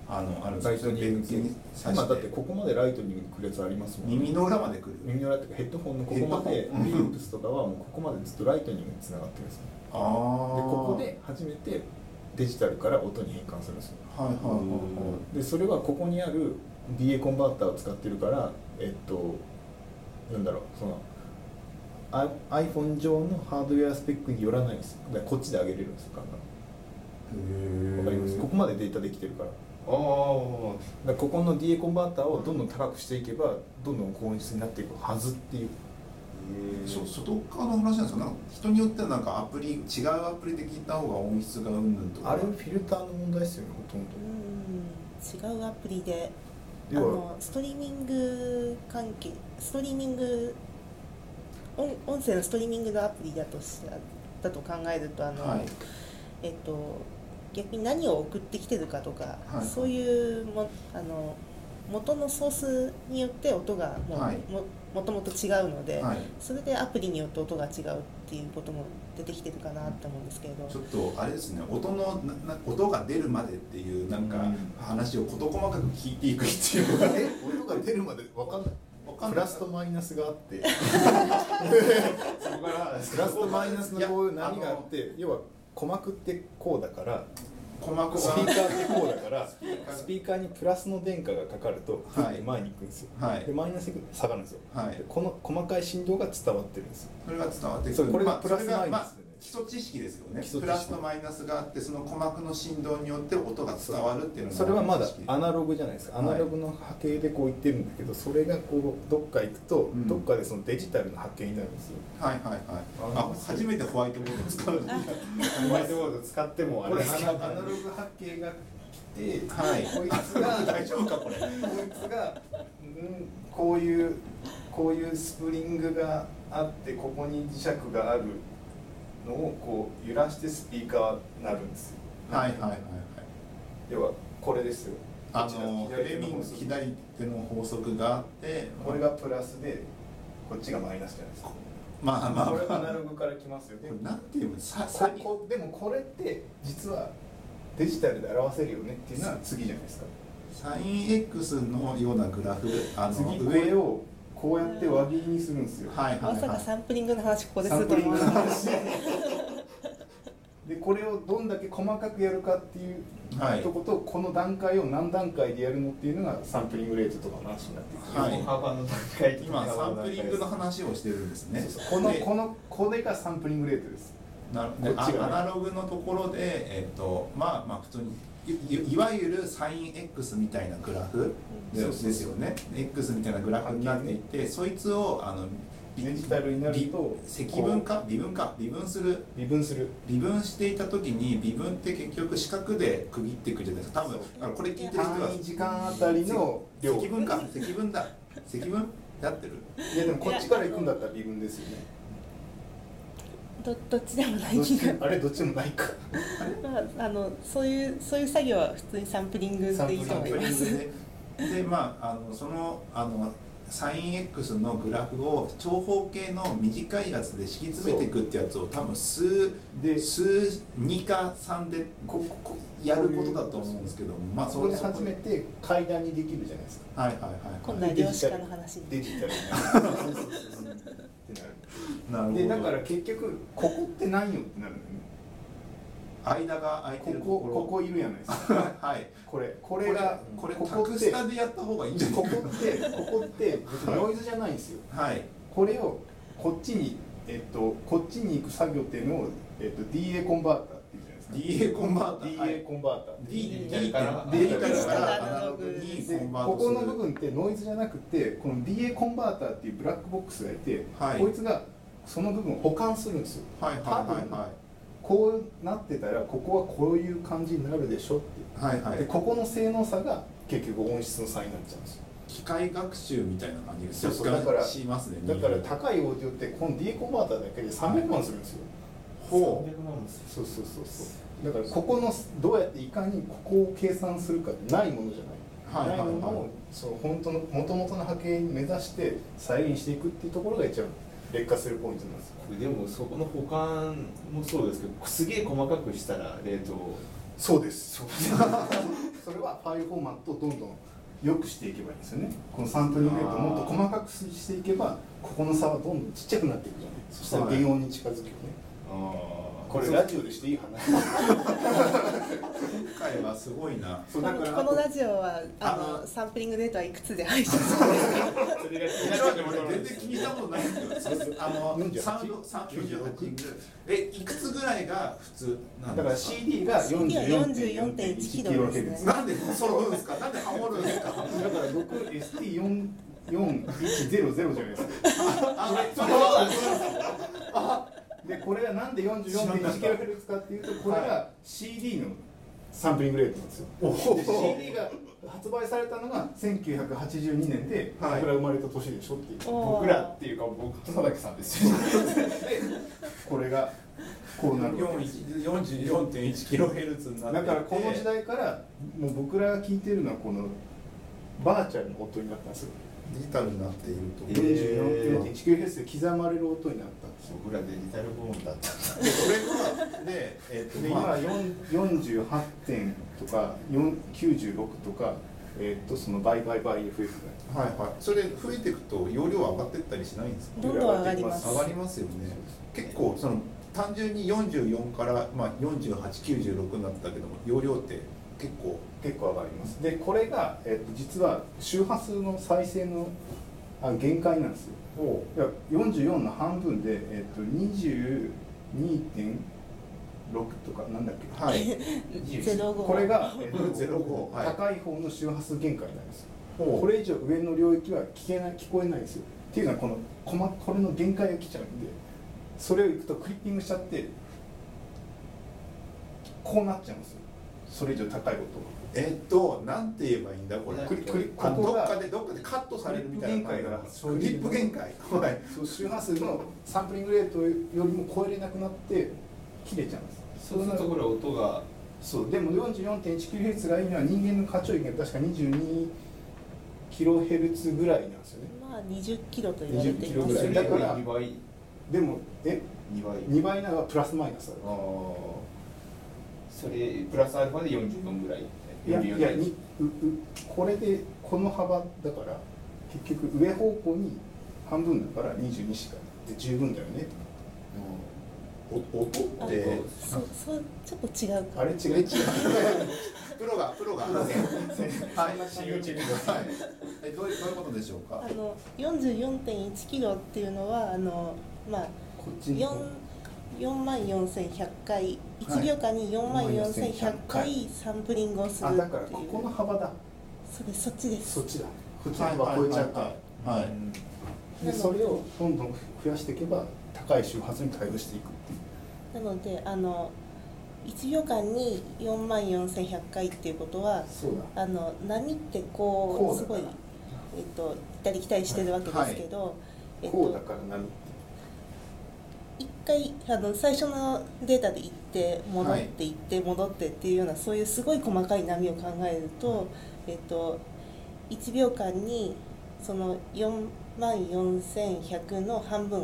A: あのあるん
D: ラ
A: で
D: イ
A: す
D: トニング
A: 別に挿して
D: 今だってここまでライトニングに来るやつありますもん
A: 耳の裏まで来る
D: 耳の裏っていうかヘッドホンのここま
A: ヘ
D: で
A: ッドホン
D: リンプスとかはもうここまでずっとライトニングにつながってるんですよ
A: ああ
D: でここで初めてデジタルから音に変換するんですよ
A: はいはいは
D: でそれはここにある DA コンバーターを使ってるからえっとなんだろうそのあ iPhone 上のハードウェアスペックによらないんですよだからこっちで上げれるんですよ簡
A: いはい
D: 単にわかりますここ
A: ま
D: までデータできてるからだ
B: あ
D: か
B: あ
D: らここの DA コンバーターをどんどん高くしていけばどんどん高音質になっていくはずっていう
B: え
A: で外側の話なんですかなんか人によってはなんかアプリ違うアプリで聞いた方が音質がうんぬんとか
D: あれはフィルターの問題ですよねほとんど
C: うん違うアプリであ
D: 要は
C: のストリーミング関係ストリーミング音音声のストリーミングのアプリだとしただと考えるとあの、
A: はい
C: えっと逆に何を送ってきてるかとか、
A: はい
C: そういうもあの元のソースによって音がもう、
A: はい
C: ももともと違うので、
A: はい
C: それでアプリによって音が違うっていうことも出てきてるかなって思うんですけれど
A: ちょっとあれですね音のなな音が出るまでっていうなんか
D: うん
A: 話を事細かく聞いていく必要が
D: え音が出るまで分かんない
A: わかん
D: プ
A: ない
D: ラスとマイナスがあって
B: そこから
D: プラスとマイナスのこういう
A: いや
D: 波があって要は鼓膜ってこうだから
A: 鼓膜
D: スピーカ
A: が
D: ーってこうだからスピ
A: ーカー
D: ーカーにプラスの電荷がかかると
A: はい
D: グッて前に行くんですよ、
A: はい
D: でマイナスに行くと下がるんですよ、
A: はい
D: でこの細かい振動が伝わってるんですよ
A: それが伝わって
D: そうこれが
A: まあ
D: プラス
A: それが
D: マイナス
A: まあ基礎知識ですよね
D: 基礎知識
A: プラスとマイナスがあってその鼓膜の振動によって音が伝わるっていうのが
D: それはまだ
A: 基礎知識
D: アナログじゃないですかアナログの波形でこういってるんだけどそれがこうどっか行くと、
A: うん
D: どっかでそのデジタルの波形になるんですよ
A: はいはいはいあ初めてホワイトボード使う
B: ホワイトボード使ってもあれですけど
D: グ波形が来て
A: はい
D: こいつが
A: 大丈夫かこれ
D: こいつが、うん、こういうこういうスプリングがあってここに磁石があるのをこう揺らしてスピーカーになるんですよ
A: はいはいはいはい
E: 要はこれですよ
A: あのフレミング左手の法則があって
D: これがプラスでこっちがマイナスじゃないですか
A: まあまあ
E: これ
A: ま
E: アナ
A: あ
E: ログから来ますよ
A: こ
E: ね
A: れなんていうのさ
D: こ
A: さに
D: こでもこれって実はデジタルで表せるよねっていうのは次じゃないですか
A: サイン X のようなグラフあの
D: 次これをこうやって輪切りにするんですよ
A: はいはい
C: まさか
A: は
C: サンプリングの話ここです
D: サン
C: る
D: プ
C: と
D: リン
C: 思
D: グ
C: う
D: の話でこれをどんだけ細かくやるかっていう
A: はい
D: とことこの段階を何段階でやるのっていうのがサンプリングレートとかの話になってくる
A: はい
B: 横幅の段階
A: い今サンプリングの話をしてるんですね
D: そうそうこの
A: で
D: このこれがサンプリングレートです
A: なる
D: こっちがね
A: あアナログのところで、えっとまあまあ普通にいいいわゆるサイン X みたいなグラフで
D: そうそうそう
A: ですよね X みたいなグラフになっていてそいつをあのび
D: デジタルになる
A: び
D: と
A: 積分か微分か微分する
D: 微分する
A: 微分していた時に微分って結局四角で区切っていくじゃないですか多分あのこれ聞いてる人は
D: 単位時間あたりの量
A: 積分か積分だ積分やってる
D: いやでもこっちから行くんだったら微分ですよね
C: どどっちでもない
D: どっ
C: 気
D: ち
C: が
D: あれどっちでもないか
C: まあ、あのそういうそういう作業は普通にサンプリングっていいと
A: サン
C: 思
A: プ
C: い
A: リング
C: ます
A: ででまああのそのあのサイン X のグラフを長方形の短いやつで敷き詰めていくってやつを多分数
D: で
A: 数2か3でこここやることだと思うんですけどまあ
D: そこで
A: そ
D: 初めて階段にできるじゃないですか
A: はいはいはい
C: 今度は量子化の話に
D: デジタルになる そうそうそうそうってなる
A: なるほど
D: でだから結局ここってないよってなるのよね
A: 間が空い
D: こ
A: て
D: こ
A: るところ
D: ここいるやないですか
A: はい
D: これこ
A: こ
D: れが
A: これ
D: こ
A: タ
D: こ
A: ク
D: っ
A: ス
D: て
A: タ
D: こ
A: でやった方がいいんじゃない
D: こってここって別にノイズじゃないんですよ
A: はい
D: これをこっちにえっとこっちに行く作業っていうのをえっと DA コンバーターっていうじゃないです
A: DA コンバー
D: か
A: ターはい
D: DA コンバーター
A: D
B: デジタルから
A: デジタルからアナログに
D: で
A: コ
D: こ
A: ンバートす
D: こ
A: る
D: の部分ってノイズじゃなくてこの DA コンバーターっていうブラックボックスがいて、
A: はい
D: こいつがその部分を保管するんですよ
A: はいはいは
D: こうなってたらここはこういう感じになるでしょって、
A: いはいはいは
D: で
A: い
D: ここの性能差が結局音質の差になっちゃうんですよ
A: 機械学習みたいな感じが
D: そうそうだから
A: しますね
D: だから
A: 人間
D: 高いオーディオってこの DA コンバーターだけで300万するんですよ、
A: ほう
B: 300万です
D: そうそうそうそうだからここのどうやっていかにここを計算するかってないものじゃない
A: はいはい
D: ない
A: はい
D: ものをその本当の元々の波形に目指して再現していくっていうところが一番劣化するポイントなんですよ
B: でもそこの保管もそうですけどすげえ細かくしたら冷凍
D: そうですそうですそれはファイルフォーマットをどんどん良くしていけばいいんですよねこのサンプリングレートをもっと細かくしていけばここの差はどんどんちっちゃくなっていくじゃないそしたら原音に近づくよね、
B: あ
D: これラジオでしていい話
A: 今回はすごいな
D: そうだから
C: このラジオはあの
A: あの
C: サンプリングデータはいくつで配信するんですか
B: それが気になるわけでもない
A: 全然聞いたことないんですよあの
D: 48
A: サウンド三48えいくつぐらいが普通なん
D: だから
A: ですか
D: CD が
C: CD は
D: 44.1
C: 44.1キロですね
A: なんで揃うんですかなんでハモるんですか
D: だから僕 ST4 4100じゃないですか。
A: あそ
D: でこれはなんで 44.1kHz かっていうとこれが CD のサンプリングレートなんですよ。で CD が発売されたのが1982年で僕
A: はい
D: ら生まれた年でしょっていう。
C: おー
B: 僕らっていうか僕と
D: 佐々木さんですよ。でこれがこうなるわけです。
A: 44.1キロヘルツになっていて
D: だからこの時代からもう僕らが聞いてるのはこのバーチャルの音になったんですよ。
A: デジタルになっていると
B: えー
D: 44.1kHz で刻まれる音になったんですよ。
B: 僕らデジタルボーンだった
A: で それがで、えっ
D: で
A: と
D: 今
A: まあ、
D: 4 48点とか4 96とか、えー、とその倍倍倍 FF
A: はいはい、それ増えていくと容量上がってったりしないんですか
D: う
C: どんどん上がります
A: 上がりますよね結構その単純に44から、まあ、4896になったけども容量って結構
D: 結構上がりますでこれが、えー、と実は周波数の再生のあ限界なんですよ
A: お
D: だから44の半分で、えー、と22.6とかなんだっけ
A: はい
C: ゼロ五
D: これが、えーと
A: 05はい
D: 高い方の周波数限界なんですよ
A: お
D: これ以上上の領域は聞けない聞こえないんですよっていうのはこのこまこれの限界が来ちゃうんでそれをいくとクリッピングしちゃってこうなっちゃうんですよそれ以上高い音
A: えっとなんて言えばいいんだこれ
D: がクリクリ
A: あ
D: ここ
A: どっか
D: が
A: でどっかでカットされるみたいな
D: クリップ限界が
A: クリップ限界はい
D: そう周波数のサンプリングレートよりも超えれなくなって切れちゃうんです
B: そうするとこれ音が
D: そうでも 44.1kHz がいいのは人間の過聴域が確か 22kHz ぐらいなんですよね
C: まあ20キロと言われていま
D: 20キロぐら
C: す
D: い
B: だ
D: だ
B: か
D: からら
B: 2倍
D: でもえ
B: 2倍
D: 2倍ならプラスマイナスだ
B: ああそれプラスアルファで44ぐらい
D: いやいや
B: 44
D: にううこれでこの幅だから結局上方向に半分だから22しかで十分だよね
A: お音っ
C: あ
A: て
C: そそうちょっと違うか
D: あれ違う違う
A: プロがプロがはい
B: 信用してくだ
A: えどういうどういうことでしょうか
C: あの44.1キロっていうのはあのまあ
D: こっちに
C: 4 4万4100回
A: はい
C: 1秒間に4万4100
D: 44,100
C: 回サンプリングをす
D: あ
C: るっていう
D: だからここの幅だ
C: それそっちです
D: そっちだ普通の
A: はい
D: 幅超えちゃった、
A: はいはい
D: で
C: なの
D: それをどんどん増やしていけば高い周波数に対応していくっていう
C: なのであの1秒間に4万4100回っていうことは
D: そうだ
C: あの波ってこう
D: こう
C: す
D: だか
C: ご
D: ら
C: い、えっと、行ったり来たりしてるわけですけど、えっ
D: こう
C: と
D: だ、から何
C: 一回あの最初のデータで行って戻って行って戻ってっていうようなそういうすごい細かい波を考えると、えっと、1秒間にその4万4100の半分、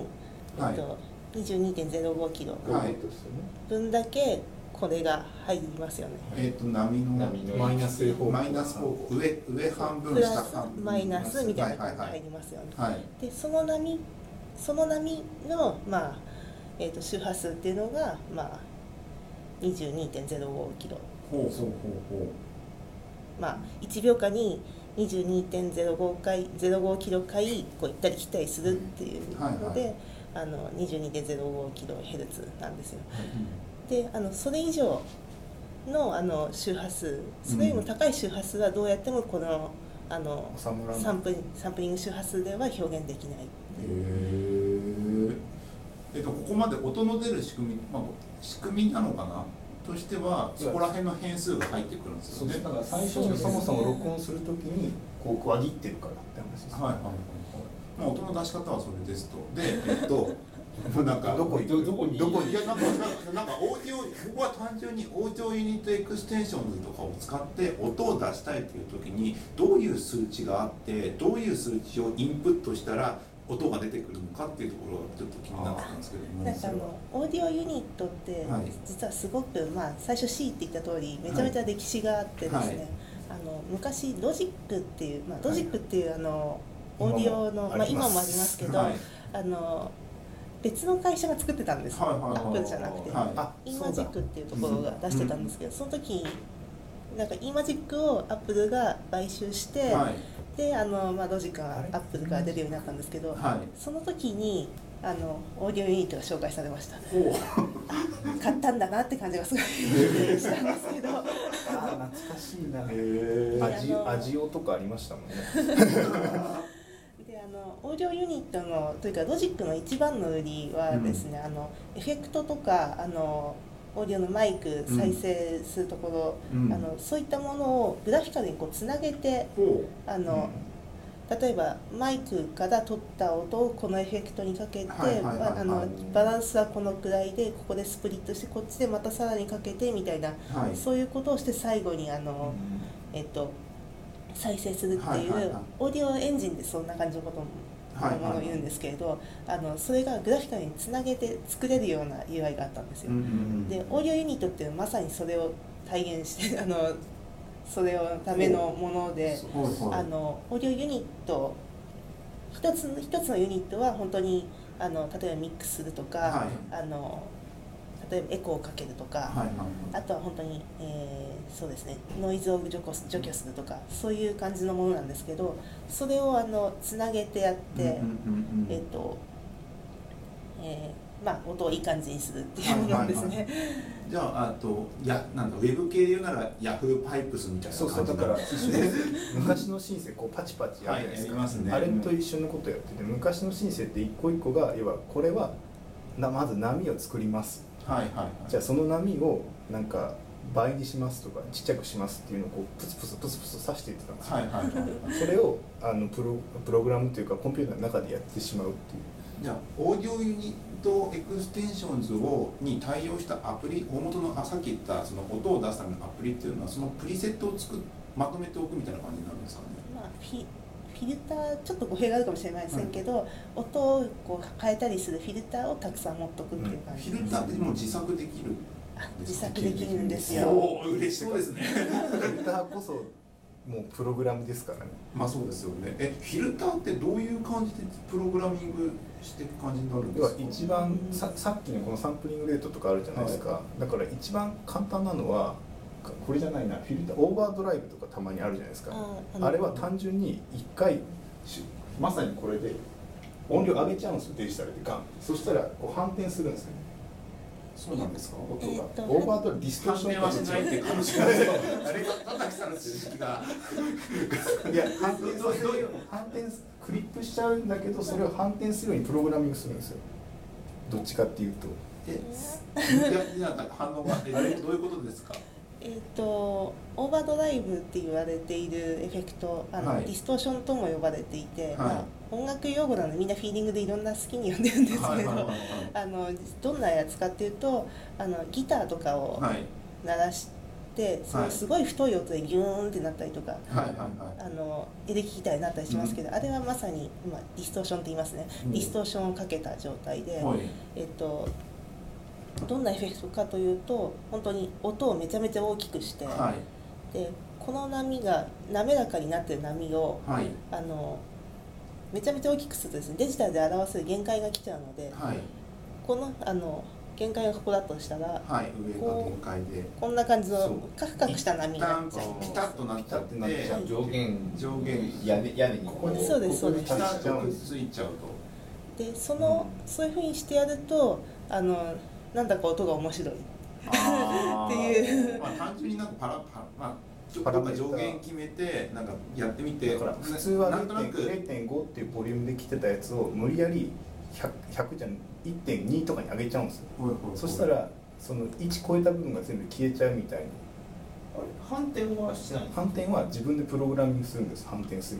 C: えっと22.05キロ
A: はい
D: としてね
C: 分だけこれが入りますよね。
A: えっ、と波の
B: 波の
D: マイナス方向
A: マイナス方向上上半分
C: プラ
A: 下
C: ス
A: 半分
C: マイナスみたいな
A: はい
C: 感じ
A: はいは
C: が入
A: い
C: りますよね。
A: はい
C: でその波その波の、まあえー、と周波数っていうのが、まあ、22.05キロ、
A: ほうほうほうほ
C: まあ、1秒間に22.05回05キロ回こう行ったり来たりするっていう
A: はい
C: ので、あの22.05キロヘルツなんですよ。であのそれ以上のあの周波数それよりも高い周波数はどうやってもこのあの
D: 収まらない
C: サンプリサンプリング周波数では表現できない。
A: うへええっとここまで音の出る仕組み、まあ、仕組みなのかなとしてはそこら辺の変数が入ってくるんです
D: そ
A: よ
D: う
A: ね
D: ねだから最初にそもそも録音するときにこう区切ってるからって話です、
A: はいはいはいはいまあ音の出し方はそれですとでえっともうなんか
D: どこ行
B: ど
D: く
B: どこに
A: どこにいやなんかなんかなんかオーディオ僕は単純にオーディオユニットエクステンションズとかを使って音を出したいという時にどういう数値があってどういう数値をインプットしたら音が出てくるのかっていうところがちょっと気になってたんですけども
C: なんかあのオーディオユニットって
A: はい
C: 実はすごく、まあ、最初 C って言った通りめちゃめちゃ歴史があってですね、
A: はい
C: あの昔ロジックっていう、まあ、ロジックっていうあのオーディオ
D: 今
C: の、
D: も
C: まあ、
D: あります
C: 今もありますけど、
A: はい
C: あの別の会社が作ってたんですよ、
A: はいはいはい
C: アップルじゃなくて、
A: はい
D: あ
C: イン
D: そ
C: マ
D: う
C: ジッ
D: だ
C: クっていうところが出してたんですけどその時なんかインマジックをアップルが買収して、
A: はい
C: であの、まあ、ロジック
D: あ
C: が
D: れ
C: アップルから出るようになったんですけど、
A: はい
C: その時にあのオーディオユニットが紹介されました
A: ほ
C: 買ったんだなって感じがすごいしたんですけど
D: ああ懐かしいな
A: うへえ
D: 味味オとかありましたもんね
C: であのオーディオユニットのというかロジックの一番の売りはですね、あのエフェクトとかあのオーディオのマイク
A: うん
C: 再生するところ、
A: うん
C: あのそういったものをグラフィカルにこうつなげて
A: ほ
C: あの、例えばマイクから取った音をこのエフェクトにかけて
A: はいはいはいはい
C: ばあのバランスはこのくらいでここでスプリットしてこっちでまたさらにかけてみたいな、
A: うはい
C: そういうことをして最後にあの、えっと、再生するって
A: はい
C: いう、
A: はいはい
C: オーディオエンジンでそんな感じのことも。
A: はいはい
C: ものを言うんですけれど、あのそれがグラフィカルにつなげて作れるような UI があったんですよ。
A: うんうんうん
C: でオーディオユニットっていうのはまさにそれを体現してあのそれのためのもので。
A: ほうほう
C: あのオーディオユニット一つ一つのユニットは本当にあの例えばミックスするとか、
A: は
C: あの例えばエコーをかけるとか、
A: はいはい
C: あとは本当に、えーそうですねノイズを除去す除去するとかそういう感じのものなんですけどそれをあのつなげてやって、
A: うんうんうんうん
C: えっ、と、えーまあ音をいい感じにするっていうものですね。
A: はいはいじゃああとやなんだウェブ系で言うならヤフーパイプスみたいな
D: そ
A: 感
D: う
A: じ
D: そうだから
A: はい
D: 一緒です昔のシンセこうパチパチやるじゃないで
A: はい
D: すか、
A: やりますね
D: あれと一緒のことやってて昔のシンセって一個一個が要はこれはなまず波を作ります
A: はいはい
D: じゃあその波をなんか倍にしますとかちっちゃくしますっていうのをこうプツプツプツプツ刺していってたんですよ、
A: はいはいはいはい
D: それをあのプロプログラムというかコンピューターの中でやってしまうっていう
A: じゃあオーディオユニットエクステンションズをに対応したアプリ大元のあさっき言ったその音を出すためのアプリっていうのはそのプリセットを作っまとめておくみたいな感じになるんですかね
C: まあ、フィフィルターちょっと語弊があるかもしれませんけど、音をこう変えたりするフィルターをたくさん持っとくっていう感じ
A: フィルターってもう自作できる
C: あ自作できるんですよ
A: おお嬉しそうですね
D: フ ィルターこそもうプログラムですからね
A: まあそうですよねえフィルターってどういう感じでプログラミングしていく感じになるんで
D: 要は
A: すか
D: 一番ささっきのこのサンプリングレートとかあるじゃないですか、だから一番簡単なのはかこれじゃないなフィルターオーバードライブとかたまにあるじゃないですか
C: あーあ
D: あ
C: の
D: れは単純に一回しまさにこれで音量上げちゃうんですよデジタルでガンそしたらこう反転するんですよ
A: そうなんですか
D: 音が、
C: えーっと
D: オーバードライブディストーション
A: 反転はしないっていうかもしれないですけどあれ田崎さんの知識が
D: いや反転
A: どうどういう
D: 反転すクリップしちゃうんだけどそれを反転するようにプログラミングするんですよどっちかっていうと
A: えいやいやなんか反応がえどういうことですか
C: えーっとオーバードライブって言われているエフェクトあの、
A: はい
C: ディストーションとも呼ばれていて、
A: はい
C: まあ、音楽用語なのでみんなフィーリングでいろんな好きに呼んでるんですけど、
A: はいはいはい
C: あのどんなやつかっていうとあのギターとかを
A: はい
C: 鳴らして、そのすごい太い音でギューンってなったりとか、
A: はいはいはい
C: あのエレキギターになったりしますけど、あれはまさに、まあ、ディストーションって言いますね、
A: うん
C: ディストーションをかけた状態で、
A: はい
C: えっと、どんなエフェクトかというと本当に音をめちゃめちゃ大きくして、
A: はい
C: でこの波が滑らかになってる波を
A: はい
C: あのめちゃめちゃ大きくするとですねデジタルで表せる限界が来ちゃうので
A: はい
C: このあの限界がここだとしたら
A: はい上が限界で
C: こんな感じ
D: そう
C: のカクカクした波
A: 一
C: になっ
A: 旦
C: ちゃう。
A: ピタッとなっちゃって
D: ピタッとなっちゃう
B: 上限
A: 上限
B: 屋根屋根に
D: ここに
C: そうですそうです
A: ピタ
D: ここ
A: ッ
D: に達しちゃ
A: と
D: う
A: くっ
D: んです
A: ついちゃうと
C: でその、そういうふうにしてやるとあのなんだか音が面白い
A: あー
C: っていう
A: まあ単純になんかパラパラまあちょっ
D: パラ
A: と
D: メーター
A: 上限決めてなんかやってみて
D: だから普通は
A: なんとなく
D: 0.5っていうボリュームで来てたやつを無理やり 100, 100じゃん1.2とかに上げちゃうんですよそしたらその1超えた部分が全部消えちゃうみたいな
B: 反転はしない
D: 反転は自分でプログラミングするんです反転する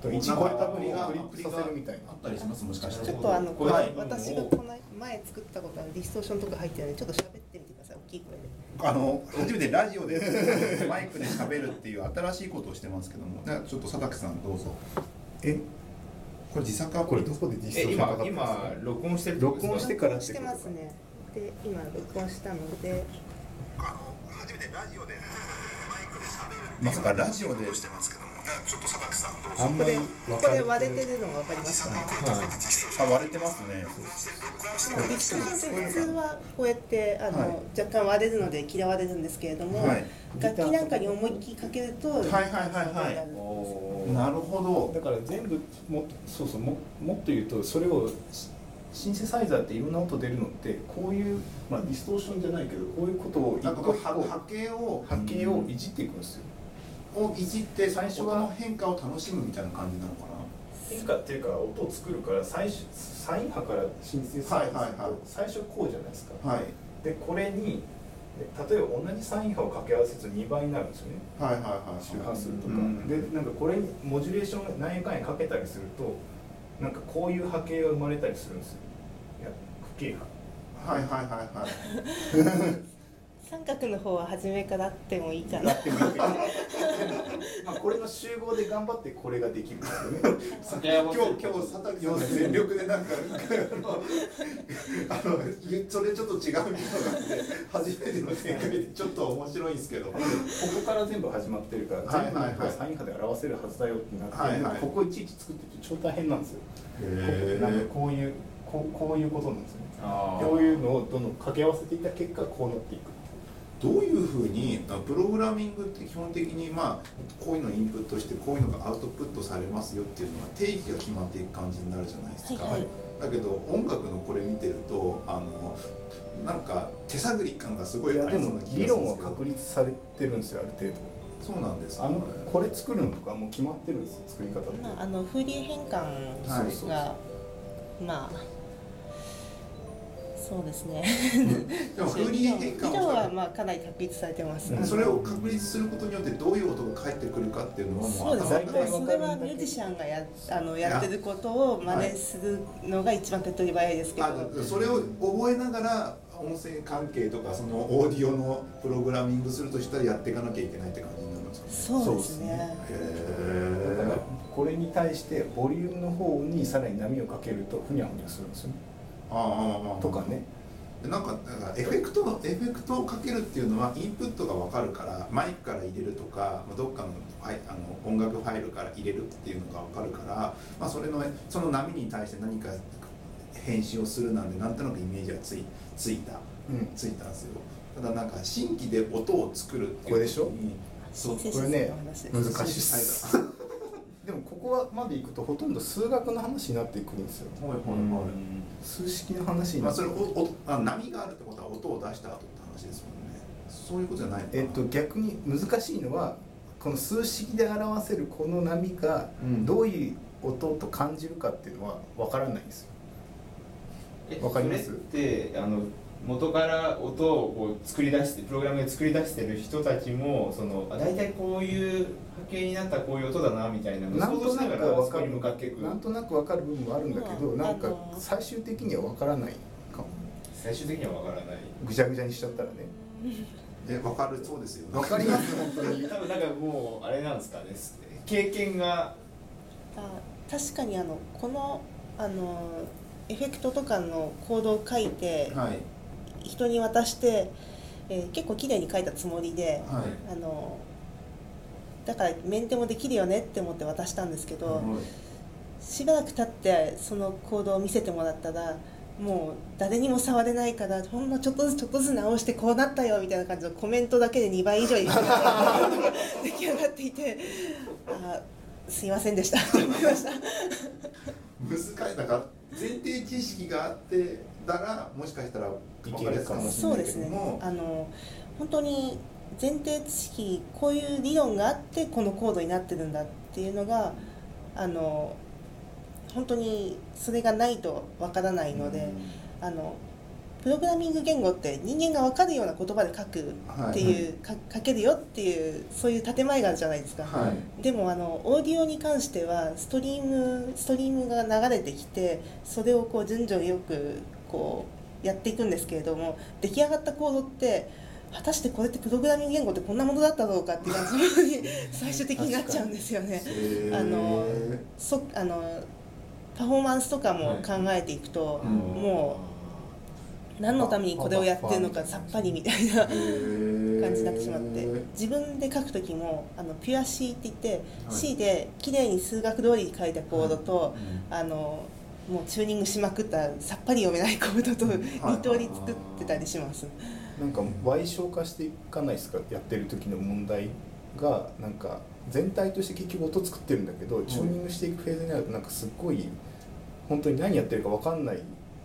D: 分1超えた分をクリップさせるみたい
A: あ
D: な
A: ったりしますもしかして
C: ちょっとあのこれ、
A: はい
C: 私がこの前作ったことあるディストーションとか入ってるのでちょっと喋ってみてください大きい声で
A: あの初めてラジオでマイクで喋るっていう新しいことをしてますけどもだからちょっと佐竹さんどうぞ
D: え
A: これ自作アプ
D: こ
A: リ
D: れどこで実
B: え今
D: 装
B: 今録音してるってこと
D: 録音してからって
C: し
D: こと
C: てますねで今録音したので
A: まさかラジオで
D: あんまり分
C: こ
D: か
C: れ
D: る
C: 割れてるのが分かりますか
A: あ割れてますね
C: まあディストーションって普通はこうやってあの、
A: はい
C: 若干割れるので嫌われるんですけれども、
A: はい
C: 楽器なんかに思いっきりかけると
A: はいはいはいはい
D: おー
A: なるほ
D: だから全部もそうそうももっと言うとそれをシシンセサイザーっていろんな音出るのってこういう、まあ、ディストーションじゃないけどこういうことを
A: ど
D: 一
A: なんか
D: 個
A: こ
D: 一
A: う波波
D: 個
A: 形を
D: 波形をいじっていくんですよ。
A: をいじって
D: 最
A: 最
D: 初
A: 初
D: は
A: の変化を楽しむみたいな感じなのか
D: 変化っていうか音を作るから最初サイン波からシンセサイザーすると
A: はいはいはい
D: 最初こうじゃないですか。
A: なはい
D: でこれにで例えば同じサイン波を掛け合わせると2倍になるんですよね。
A: はいはいはい
D: 周波数とか、
A: うん
D: でなんかこれにモジュレーション何やかんやかけたりするとなんかこういう波形が生まれたりするんですよいや不景波
A: はいはいはいはい
C: 三角の方は初めからあってもいいかな
D: なってもいいけどまあこれの集合で頑張ってこれができるんですよね
A: 今日今日佐竹さんが全力でなんかあのあのそれちょっと違うのがあって初めての展開でちょっと面白いんですけど
D: ここから全部始まってるから
A: はい
D: 全部
A: はいはい
D: サイン波で表せるはずだよってなって、
A: はいはい
D: なんかここいちいち作ってて超大変なんですよ、
A: へー
D: なんかこういうこうこういうことなんですよね
B: あー
D: こういうのをどんどん掛け合わせていった結果こうなっていく
A: どういうふうにあプログラミングって基本的にまあこういうのインプットしてこういうのがアウトプットされますよっていうのは定義が決まっていく感じになるじゃないですか、
C: はいはい
A: だけど音楽のこれ見てるとあのなんか手探り感がすごいありそうな気がするんですけど
D: 立されてるんですよある程度
A: そうなんです
D: あのこれ作るのとかもう決まってるんですよ作り方って、
C: まあ、あの風流変換が、
A: はい
D: そうそうそう
C: まあそうですね
A: でもフーリー変換
C: 理論
A: を
C: は
A: し
C: まあかなり確立されてます、
A: たらそれを確立することによってどういう音が返ってくるかっていうのはも
C: そううです
A: 頭
C: ね
A: の
D: 大
A: 中
D: 体
A: に
C: それはミュージシャンがやあのやってることを真似するのが一番手っ取り早いですけど、
A: あそれを覚えながら音声関係とかそのオーディオのプログラミングするとしたらやっていかなきゃいけないって感じになるんですかね
C: そうですね
A: へ
D: だから
A: え
D: これに対してボリュームの方にさらに波をかけるとふにゃふにゃするんですよね
A: ああああああ
D: とかね
A: なんかだからエフェクトのエフェクトをかけるっていうのはインプットが分かるからマイクから入れるとかまあどっかのファイあの音楽ファイルから入れるっていうのが分かるから、まあ、それのその波に対して何か編集をするなんでなんとなくイメージはついついた
D: うん
A: ついたんですよただなんか新規で音を作るっていう
D: これでしょ
A: 時に
C: 申請
D: これ
C: 者さんの
D: ね
C: 話です、
D: 難しいです
A: は
D: でもここまでいくとほとんど数学の話になってくるんですよ
A: いはいはい
D: 数式の話に
A: ま
D: な
A: あ、
D: って
A: そ
D: く
A: れ
D: る
A: おおあ波があるってことは音を出した後って話ですもんねそういうことじゃないのかな
D: えっと、逆に難しいのはこの数式で表せるこの波が
A: うん
D: どういう音と感じるかっていうのは分からないんですよ
B: え
D: わかります
B: それってあの元から音をこう作り出してプログラムで作り出してる人たちもそのあ大体こういう波形になったらこういう音だなみたいなのを
D: な
B: 想
D: ん
B: 像
D: と
B: し
D: な
B: なが
D: く
B: ら
D: は
B: そ
D: 分か
B: こに
D: る
B: 向かっていく
D: なんとなく分かる部分はあるんだけど、
C: うん
D: なんか
C: あの
D: 最終的には分からないかも
B: 最終的には分からない
D: ぐちゃぐちゃにしちゃったらね
A: え分かるそうですよ
D: 分かります本当に
B: 多分なんかもうあれなんですかね経験が
C: あ確かにあのこのあのエフェクトとかのコードを書いて
A: はい
C: 人に渡して、えー結構綺麗に書いたつもりで
A: はい
C: あのだからメンテもできるよねって思って渡したんですけど、しばらく経ってその行動を見せてもらったらもう誰にも触れないからほんのちょっとずつちょっとずつ直してこうなったよみたいな感じのコメントだけで2倍以上に出来上がっていてあすいませんでしたって思いました
A: 難しいだから前提知識があってだらもしかしたら分かりやすいかもしれ
C: そう
A: ない
C: で
A: け
C: す
A: ど
C: ね
A: も
C: あの本当に前提知識こういう理論があってこのコードになってるんだっていうのがあの本当にそれがないとわからないので。あのプログラミング言語って人間が分かるような言葉で書くっていう、か書けるよっていうそういう建前があるじゃないですか、
A: はい
C: でもあのオーディオに関してはストリームストリームが流れてきてそれをこう順序よくこうやっていくんですけれども出来上がったコードって果たしてこれってプログラミング言語ってこんなものだったろうかっていう感じに最終的になっちゃうんですよね。
A: へー
C: あのそあのパフォーマンスとかも考えていくと、
A: うん
C: もう何のためにこれをやってるのかさっぱりみたいな
A: へー
C: 感じになってしまって
A: へー
C: 自分で書く時もあのピュア C って言って、
A: はい
C: C で綺麗に数学通りに書いたコードと、あのもうチューニングしまくったさっぱり読めないコードと2通り作ってたりします。
D: なんか矮小化していかないですかやってる時の問題がなんか全体として結局音作ってるんだけどチューニングしていくフェーズになるとなんかすっごい本当に何やってるか分かんない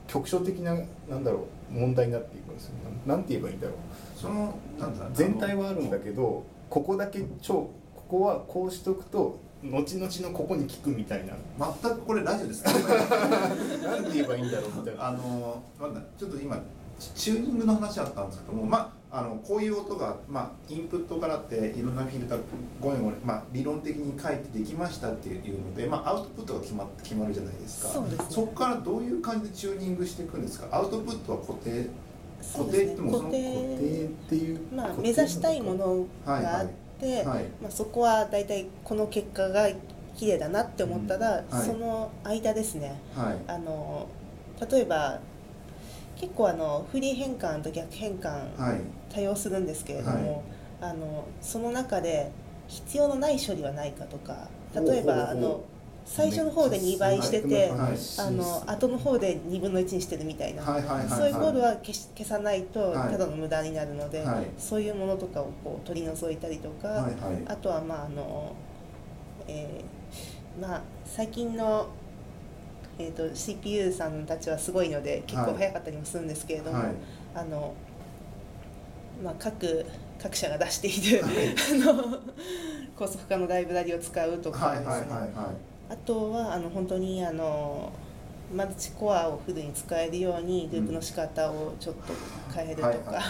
D: 局所的ななんだろう問題になっていくんですよなんなんて言えばいいんだろう
A: そのなんだ
D: 全体はあるんだけどここだけ超ここはこうしとくと後々のここに効くみたいな
A: あの全くこれラジオですか
D: なんて言えばいいんだろうみたいな
A: あのなんだちょっと今チチューニングの話あったんですけども、まあ、あのこういう音が、まあ、インプットからっていろんなフィルターごめんごめん、まあ、理論的に書いてできましたっていうので、まあ、アウトプットが決ま決まるじゃないですか
C: そうですね
A: こからどういう感じでチューニングしていくんですかアウトプットは固定
C: そう
A: 固定
C: ですね
A: ってもその
C: 固
D: 固定
C: 定
D: っていう
C: まあ目指したいものがあって、
A: はい
C: まあ、そこは大体この結果が綺麗だなって思ったら、
A: うんはい
C: その間ですね。
A: はい
C: あの例えば結構あのフリー変換と逆変換
A: はい
C: 多用するんですけれども、あのその中で必要のない処理はないかとか例えばあ
A: ほうほうほう
C: の最初の方で2倍してて
A: はい
C: あの後の方で2分の1にしてるみたいな、
A: はいはいはい
C: そういうコード
A: は
C: は消し消さないと
A: はい
C: ただの無駄になるので、
A: はい
C: そういうものとかをこう取り除いたりとか、
A: いはいはい
C: あとはまああの、えーまあ、最近の、えー、と CPU さんたちはすごいので結構
A: はい
C: 早かったりもするんですけれども、
A: はい
C: あのまあ、各各社が出している、
A: は
C: あの高速化のライブラリを使うとか
A: はい
C: ですね、
A: はいはいはい
C: あとはあの本当にあの、マルチコアをフルに使えるようにグループの仕方をちょっと変えると
A: はいはい
C: か、
A: はいはい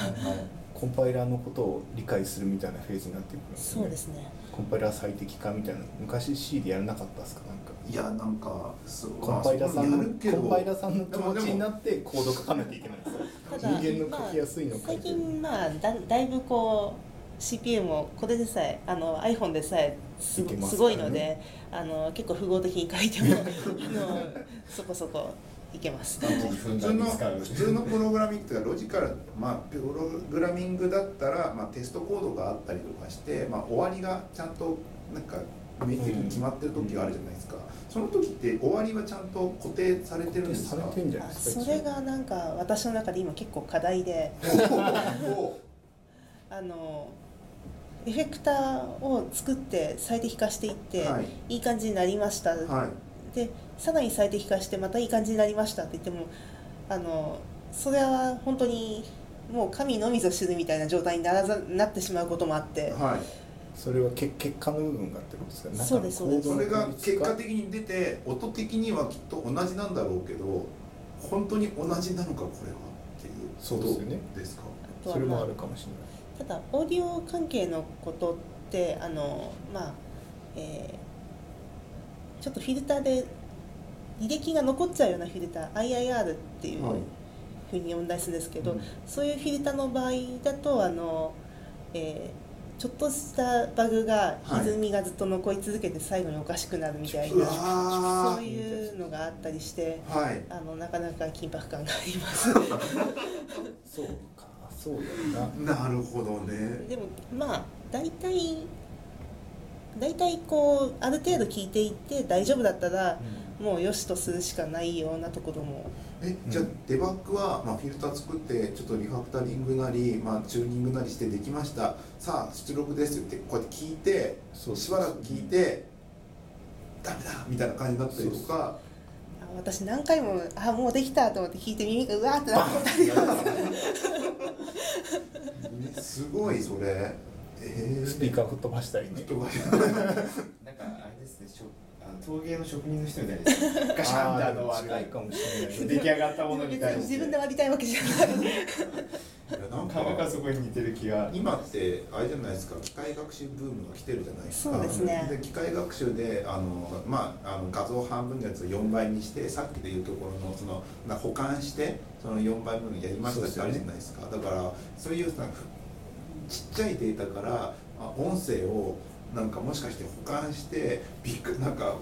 D: コンパイラーのことを理解するみたいなフェーズになっていくるんです
C: そう
D: ね
C: ですね
D: コンパイラー最適化みたいな昔 C でやらなかったですかなんか
A: いやなんかそう
D: コンパイラーさんの
A: まあそこもやるけど
D: コンパイラーさんの気持ちにな
A: でも
D: ってコード書かなきゃいけないんですよ
C: ただ
D: 人間の書きやすいの
C: まあ
D: 書い
C: 最
D: てる
C: 近まあだだいぶこう CPM もこれでさえあの iPhone でさえす
D: いけますす
C: ご
D: からね
C: いのであの結構符号的に書いてもあのそこそこいけます。
A: 普通の普通のプログラミングというかロジカルまあプログラミングだったらまあテストコードがあったりとかしてまあ終わりがちゃんとなんか明確に決まってる時があるじゃないですか、その時って終わりはちゃんと固定されてるんです
D: さ
A: か
D: れてんじゃない
C: あ
D: ですか
C: それがなんか私の中で今結構課題で
A: お
C: あのエフェクターを作って最適化していって、
A: はい
C: い、い感じになりました、
A: おはい
C: でさらに最適化してまたいい感じになりましたって言ってもあのそれは本当にもう神のみぞ知るみたいな状態にならざなってしまうこともあって、
A: はい
D: それは結結果の部分がってことですか
C: そうですそうです
A: それが結果
D: に
A: 的に出て音的にはきっと同じなんだろうけど本当に同じなのかこれはっていう
D: そうですよね
A: ことですか
C: あとは
D: それ
C: まあ
D: もあるかもしれない
C: ただオーディオ関係のことってあのまあ、えーちょっとフィルターで履歴が残っちゃうようなフィルター IIR っていう
A: はい
C: ふうに呼んだりするんですけど、
A: うん
C: そういうフィルターの場合だとあの、えーちょっとしたバグが
A: はい
C: 歪みがずっと残り続けて最後におかしくなるみたいうな、
A: わ
C: そういうのがあったりして
A: ーはい
C: あのなかなか緊迫感があります。
D: そうかそうだよな
A: なるほどね
C: でもまあ大体大体こうある程度聞いていって大丈夫だったらもうよしとするしかないようなところも
A: えじゃあデバッグは、まあ、フィルター作ってちょっとリファクタリングなり、まあ、チューニングなりしてできましたさあ出力ですって言ってこうやって聞いて
D: そう
A: しばらく聞いてダメだみたいな感じになったりとか
C: あ私何回もあもうできたと思って聞いて耳がうわーってなってたりとか
A: ねすごいそれえー、
D: スピーカー吹っ飛ばした りね
A: 人が
B: なんかあれですね、しょあの陶芸の職人の人みたいですね。ガシャンってあの
D: あー
B: あ
D: 近い
B: れ
D: かもしれない
B: 出来上がったものに
C: 別
B: 対
C: に
B: して。
C: 自 分で割りたいわけじゃない
A: なん
B: 感覚
A: か
B: がそこに似てる気が。
A: 今ってあれじゃないですか機械学習ブームが来てるじゃないですか
C: そうですね
A: 機械学習であの、まあ、あの画像半分のやつを4倍にしてさっきでいうところのそのな保管してその4倍分やりましたって
D: そう
A: あ
D: です
A: るじ
D: ね
A: ゃないですかだからそういうなんかちっちゃいデータからあ音声をなんかもしかして保管してビッグなんか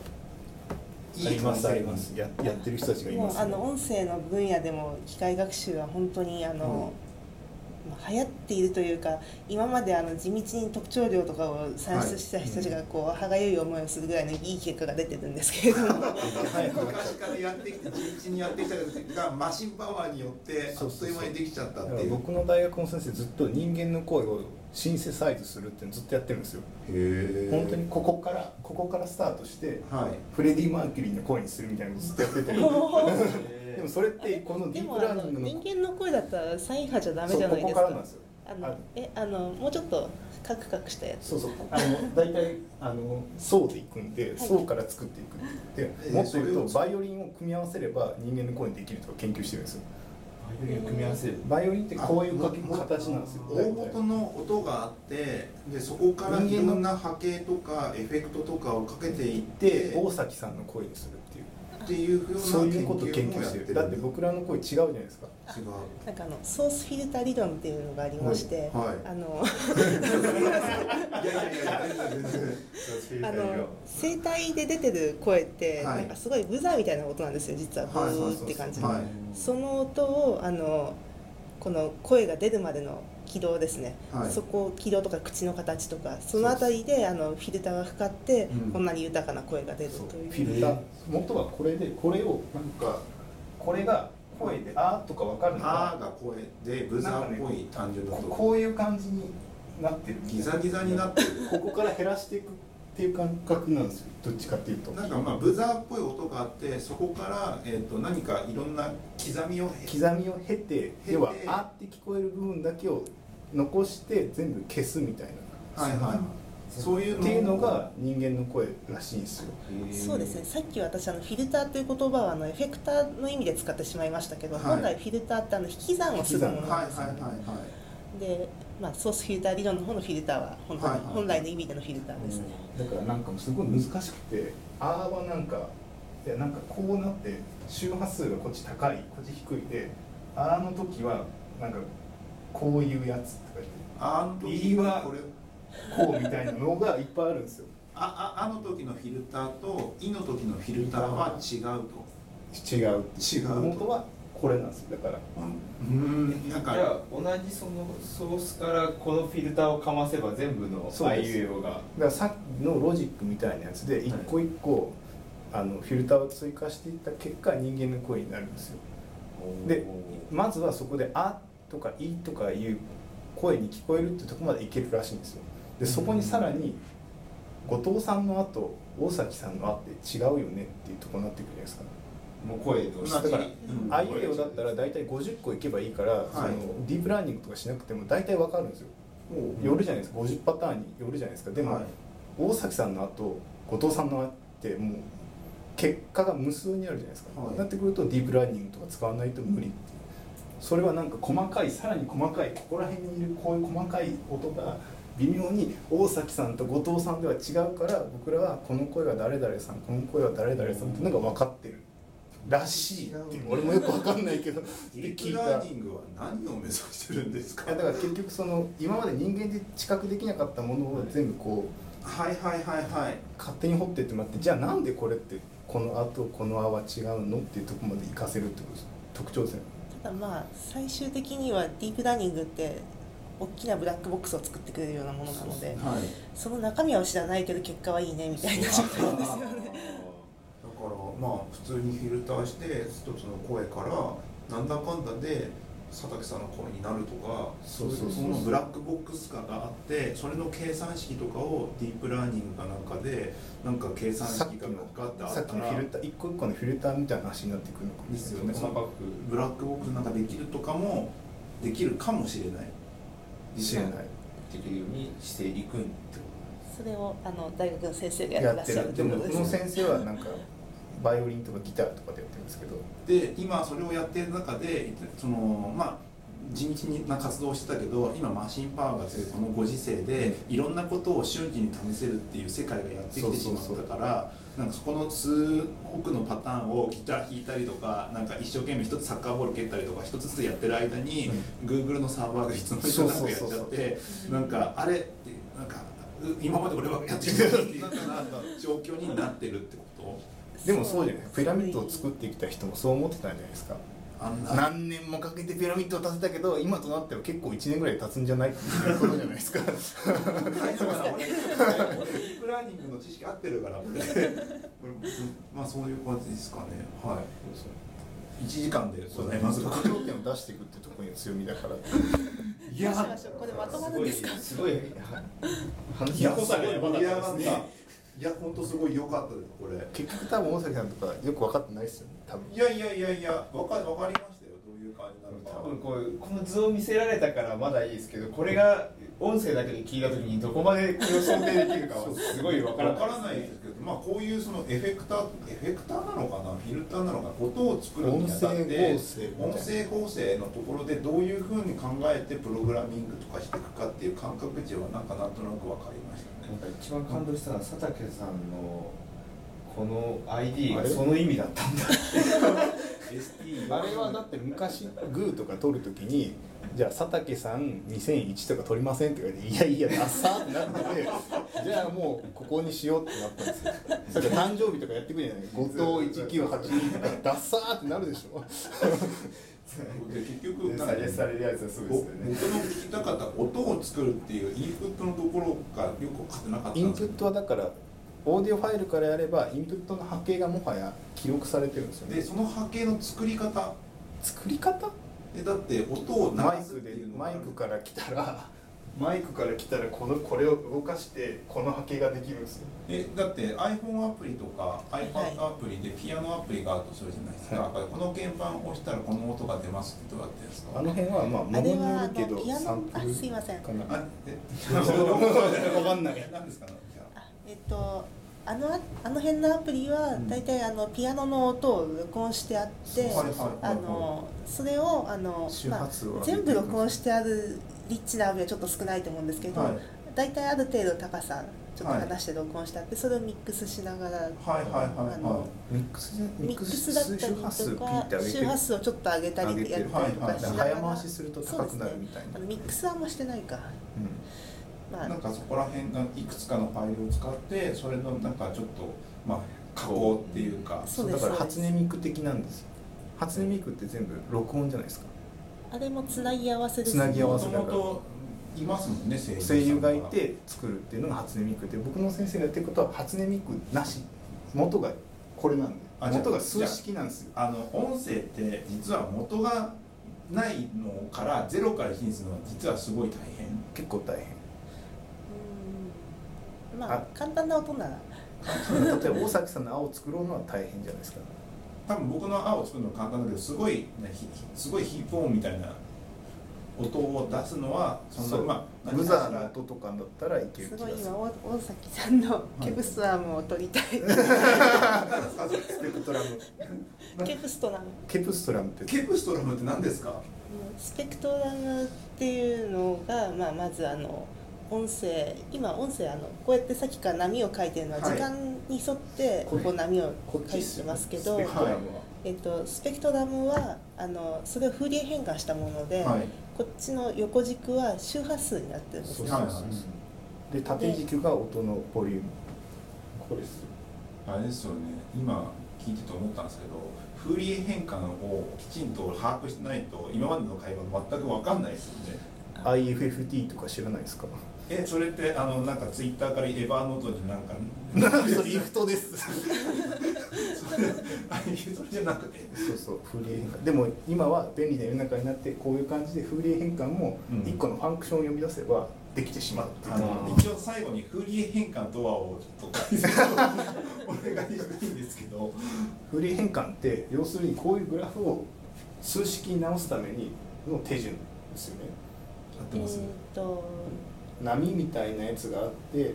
D: ありますあり
A: 可
D: ま
A: 能性
D: すややってる人たちがいま
C: もう
D: す
C: あの音声の分野でも機械学習は本当にあの、まあ流行っているというか今まであの地道に特徴量とかを算出した人たちがこう、歯がゆい思いをするぐらいのいい結果が出てるんですけれど
D: 早
C: も。
D: くなっちゃ
A: 昔からやってきて地道にやってきたけどがマシンパワーによってあっという間にできちゃった
D: う
A: っ
D: だか
A: てい
D: ら
A: う。
D: 僕の大学の先生ずっと人間の声をシンセサイズするっていうのずっとやってるんですよ
A: へー
D: 本当にここからここからスタートして
A: はい
D: フレディ・マーキュリーの声にするみたいなことずっとやっててでもそれってこのディー
C: でも
D: プラ
C: あ
D: ーニ
C: の
D: ングの
C: 人間の声だったらサイン波じゃダメじゃ
D: そう
C: ない
D: こ
C: で
D: こ
C: す
D: から
C: か
D: なんですよ
C: あ
D: あ
C: のえあのもうちょっとカクカクしたやつ
D: そうそうあの大体あの層でいくんで
C: い
D: 層から作っていくって言って
A: えー
D: もっと言う
A: それを
D: とバイオリンを組み合わせれば人間の声にできるとか研究してるんですよ
B: バイオリンを組み合わせる。
D: バイオリンってこういうかけ
A: あも
D: 形なんですよ
A: 大元の音があってでそこからいろんな波形とかエフェクトとかをかけていって
D: で大崎さんの声にするっていう
A: っていうふうな
D: そういうことを研
A: も
D: 究
A: や
D: して
A: る
D: るだって僕らの声違うじゃないですか
A: 違う
C: なんかあのソースフィルター理論っていうのがありまして、
A: はい
C: あの
A: いやいやいや全然全然
C: あの声帯で出てる声って、
A: はい
C: なんかすごいブザーみたいな音なんですよ実はブ
A: はいそうそう
C: ー
A: そう
C: って感じ
A: は
C: の
A: い
C: その音をあのこの声が出るまでの軌道ですね、
A: はい
C: そこ軌道とか口の形とかそのあたりであのフィルターがかかって、
A: うん
C: こんなに豊かな声が出る
D: そう
C: と
D: フ
C: いう
D: ィルター元はこれでこれをなんかこれが声で「あ」とかわかるの
A: あー
D: が
A: が声でブザーっぽい単純な
D: こ
A: 音
D: こういう感じになってる
A: ギザギザになってる
D: ここから減らしていくっていう感覚なんですよどっちかっていうと
A: なんかまあブザーっぽい音があってそこからえっと何かいろんな刻みを
D: 刻みを経て
A: て
D: 要は「あ」って聞こえる部分だけを残して全部消すみたいな
A: はいはいはいそういう
D: っていうのが人間の声らしいんですよ
C: そうですねさっき私あのフィルターという言葉はあのエフェクターの意味で使ってしまいましたけど、
A: はい
C: 本来フィルターってあの引き算をするも
A: は
C: の
A: い
C: な
A: は
C: んですよ、
A: いはいはい
C: で、まあ、ソースフィルター理論の方のフィルターは本当に、
A: はいはい
C: 本来の意味でのフィルターですね、
D: だからなんかすごい難しくてあーはなんかいやなんかこうなって周波数がこっち高いこっち低いであーの時はなんかこういうやつとか言って
A: あの時
D: いいわ
A: これ
D: こうみたいなのがいっぱいあるんですよ
A: あああの時のフィルターといの時のフィルターは違うと
D: 違う
A: 違うと
D: 本当はこれなんですよだから
A: うんなん
B: じゃ
A: か
B: あ同じそのソースからこのフィルターをかませば全部の
D: そう
B: あ
D: で
B: い
D: す
B: うえおが
D: だからさっきのロジックみたいなやつで一個一個、あのフィルターを追加していった結果人間の声になるんですよでまずはそこで「あ」とか「い」とかいう声に聞こえるってとこまでいけるらしいんですよでそこにさらに後藤さんの「あ」と大崎さんの「あ」って違うよねっていうとこになってくるじゃないですか
B: もう声として
A: 同じ
D: だから
A: うん
D: あいうえおだったら大体50個いけばいいから、そのディープラーニングとかしなくても大体わかるんですよ
A: もう
D: よるじゃないですか50パターンによるじゃないですかでも、
A: はい
D: 大崎さんの後後藤さんの後ってもう結果が無数にあるじゃないですか、
A: はい
D: なってくるとディープラーニングとか使わないと無理っていうそれはなんか細かいさらに細かいここら辺にいるこういう細かい音が微妙に大崎さんと後藤さんでは違うから僕らはこの声は誰々さんこの声は誰々さんってのが分かってるらしいっていう俺もよく分かんないけどって
A: ディー
D: 聞い
A: プ
D: た
A: ラーニングは何を目指してるんですか
D: いやだから結局その今まで人間で知覚できなかったものを全部こう
A: はいはいはいはい
D: 勝手に掘ってってもらってじゃあなんでこれってこの「あ」とこの「あ」は違うのっていうとこまで活かせるってことです特徴ですよね
C: ただまあ最終的にはディープラーニングって大きなブラックボックスを作ってくれるようなものなので
A: はい
C: その中身は知らないけど結果はいいねみたいな状態ですよね
A: だからまあ普通にフィルターして一つの声からなんだかんだで佐竹さんの声になるとか
D: そうそうそう
A: いのブラックボックス化があってそれの計算式とかをディープラーニングかなんかでなんか計算
D: さっ
A: 式
D: き
A: が
D: の
A: ガッてあ
D: さ
A: っ
D: ったきのフィ
A: ら
D: ルター一個一個のフィルターみたいな話になってくるのかもしれない
A: です
B: 細
A: よね
B: かく
A: ブラックボックスなんかできるとかもできるかもしれない
D: 知らない
B: できるようにしていくんってこ
C: それをあの大学の先生がや
D: や
C: ってら
D: っ
C: ってし
D: る
C: ゃるって
D: でも
C: こと
D: こ
C: です
D: の
C: ね
D: 先生はなんかバイオリンとかギターとかでやってるんですけど
A: で今それをやってる中でそのまあ地道な活動をしてたけど今マシンパワーが強いこのご時世でいろんなことを瞬時に試せるっていう世界がやってきてしまったからなんかそこの数億のパターンをギター弾いたりとかなんか一生懸命一つサッカーボール蹴ったりとか一つずつやってる間に Google のサーバーがいつの間にかなくやっちゃってなんかあれってなんかう今まで俺はやってきたっていうなんかなんか状況になってるってこと
D: でもそうじゃないピラミッドを作ってきた人もそう思ってたんじゃないですか
A: あんな
D: 何年もかけてピラミッドを建てたけど今となっては結構1年ぐらい経つんじゃないっていうことじゃないですか
A: 大丈夫だ俺ディープラーニングの知識合ってるから俺俺まあそういう感じですかねはい1時間でございます
D: 特徴点を出していくってところに強みだか
A: い
D: ら
C: どうしましょうこれまとまるんですか
B: とすごい
D: 話
A: いやすごい
B: やば
A: 盛
B: か
A: り
B: っ
A: 上がっ
B: た
A: た
B: ですね
A: いや本当すごい良かったですこれ
D: 結局多分大崎さんとかよく分かってないですよね多分
A: いやいやいやいやわかわかりましたよどういう感じなの
B: 多分
A: か
B: こうこの図を見せられたからまだいいですけどこれが音声だけで聞いた時にどこまでこれを想定できるかはすごいわ
A: わ
B: か
A: から
B: ない
A: らないですけどまあこういうそのエフェクターエフェクターなのかなフィルターなのか音を作るにあたって
D: 音声合成
A: 音声合成のところでどういうふうに考えてプログラミングとかしていくかっていう感覚値はなんかなんとなく分かりました
B: なん
A: ね
B: か一番感動したのは佐竹さんのこの ID
D: あ
B: が
D: れ
B: その意味だったんだ
A: ST
D: あれはだって昔グーとか取るときにじゃあ佐竹さん2001とか取りませんって言われていやいやダッサーってなってじゃあもうここにしようってなったんですよそれから誕生日とかやってくるじゃない後藤1982とかダッサーってなるでしょ
A: で結局なんか
B: 再現されるやつはすごい
A: 僕
B: ですよ
A: の
B: ね
A: 聞きたかった音を作るっていうインプットのところがよく分かってなかった
D: イ
A: ん
D: ン
A: です
D: プ
A: けど
D: ットはだからオーディオファイルからやればインプットの波形がもはや記録されてるんですよ
A: で
D: ね
A: その波形の作り方
D: 作り方
A: でだって音を
D: マ
A: 鳴
D: イ
A: らすっ
D: ク
A: て
D: で
A: いうのが
D: マイクから来たらマイクから来たらこのこれを動かしてこの波形ができるんですよ
A: えだって iPhone アプリとか
C: はい
A: iPad アプリでピアノアプリがあるとするじゃないですか、
D: はい
A: だからこの鍵盤を押したらこの音が出ますってどうやってやるんですか
D: あの辺はまあ
C: あ
D: 物
C: れ
D: によ
C: はあ
D: るけ
C: の
D: ど
C: ピア
D: サ
C: ノ
D: ンプ
C: あ
D: ル
C: すいません
D: かな
A: あえ
D: わかんない
A: 何ですかねじゃあ
C: あえっとあのあの辺のアプリは
D: うん
C: 大体あのピアノの音を録音してあって、
A: はいはいはい
C: あのそれをあの、
D: 周
C: まあ
D: 波数を上げ、ていく
C: 全部録音してあるリッチなアプリはちょっと少ないと思うんですけど、
A: はい
C: 大体ある程度高さちょっと離して録音してあってそれをミックスしながら、
A: はいはいはい
C: あ
A: は
C: の
D: ミックスで
C: ミックスだったり
D: 周波数
C: と
D: ピッ
C: か
D: て上げて
C: 周波数をちょっと上げたり
D: 上げ
C: や
D: て
C: っ
D: る
C: たり
A: はい
C: とか
A: はい
C: しながら
D: 早回しすると高くなるみたい
C: そうですねあ
D: な
C: のミックスはあんましてないか
D: う
C: ま
A: い
C: あ
A: なんかそこら辺がいくつかのファイルを使ってそれのなんかちょっとまあ加工っていうか
C: そうんで
D: だ
C: す
D: から
C: そうです
D: 初音ミク的なんですよ初音ミクって全部録音じゃないですか
C: あれもつなぎ合わせです
D: つなぎ合わ
A: も
D: せ
A: ともといますもんね声優さん
D: 声優がいて作るっていうのが初音ミクで僕の先生がやってることは初音ミクなし元がこれなんで
A: あじゃあ
D: 元が数式なんですよ
A: あの音声って実は元がないのからゼロから比にするのは実はすごい大変
D: 結構大変
C: うんまあ簡単な音なら
D: 例えば大崎さんの「青」を作ろうのは大変じゃないですか
A: 多分僕の「青」を作るのは簡単だけどすごいねひすごいヒップ音みたいな音を出すのはそんな
D: そう
A: まあ
D: ブザーの
A: な
D: 音とかだったらいける
C: す
D: 気
C: ご
D: が
C: い
D: す
C: 今
D: る
C: 大大崎さんの
A: い
C: ケブスワームを撮りたい、
D: スペクトラム
C: ケブストラム
D: ケプストラムって
A: ケプストラムって何ですか
C: スペクトラムっていうのが、まあ、まずあの音声今音声あのこうやってさっきから波を書いてるのは
A: はい
C: 時間に沿ってこう波を
D: こっ
C: 書
D: ち
C: い
D: ってす
C: ますけど、
D: スペクトラムは
C: えっと、スペクトラムはあのそれをフーリエ変換したもので、
A: はい
C: こっちの横軸は周波数になってるんです
D: そう
C: ね
D: そう
A: はい
D: そ
A: は
D: うで縦軸が音のボリュームこれです
A: あれですよね今聞いてて思ったんですけどフーリエ変換をきちんと把握してないと今までの会話全く分かんないですよね
D: IFFT とか知らないですか
A: えそれってあのなんかツイッターからエヴァーノートになんか
D: リフトです
A: それあれそれじゃなくて
D: そうそう風鈴変換でも今は便利な世の中になってこういう感じで風鈴変換も
A: うん
D: 一個のファンクションを呼び出せばできてしまうっていう
A: あの一応最後にフーリエ変換とはをちょっと解説をお願いしたいんですけど
D: 風鈴変換って要するにこういうグラフを数式に直すためにの手順ですよね
A: 合っ
C: え
A: て
C: ー
A: ま
C: っ
A: す
C: と
D: 波みたいなやつがあって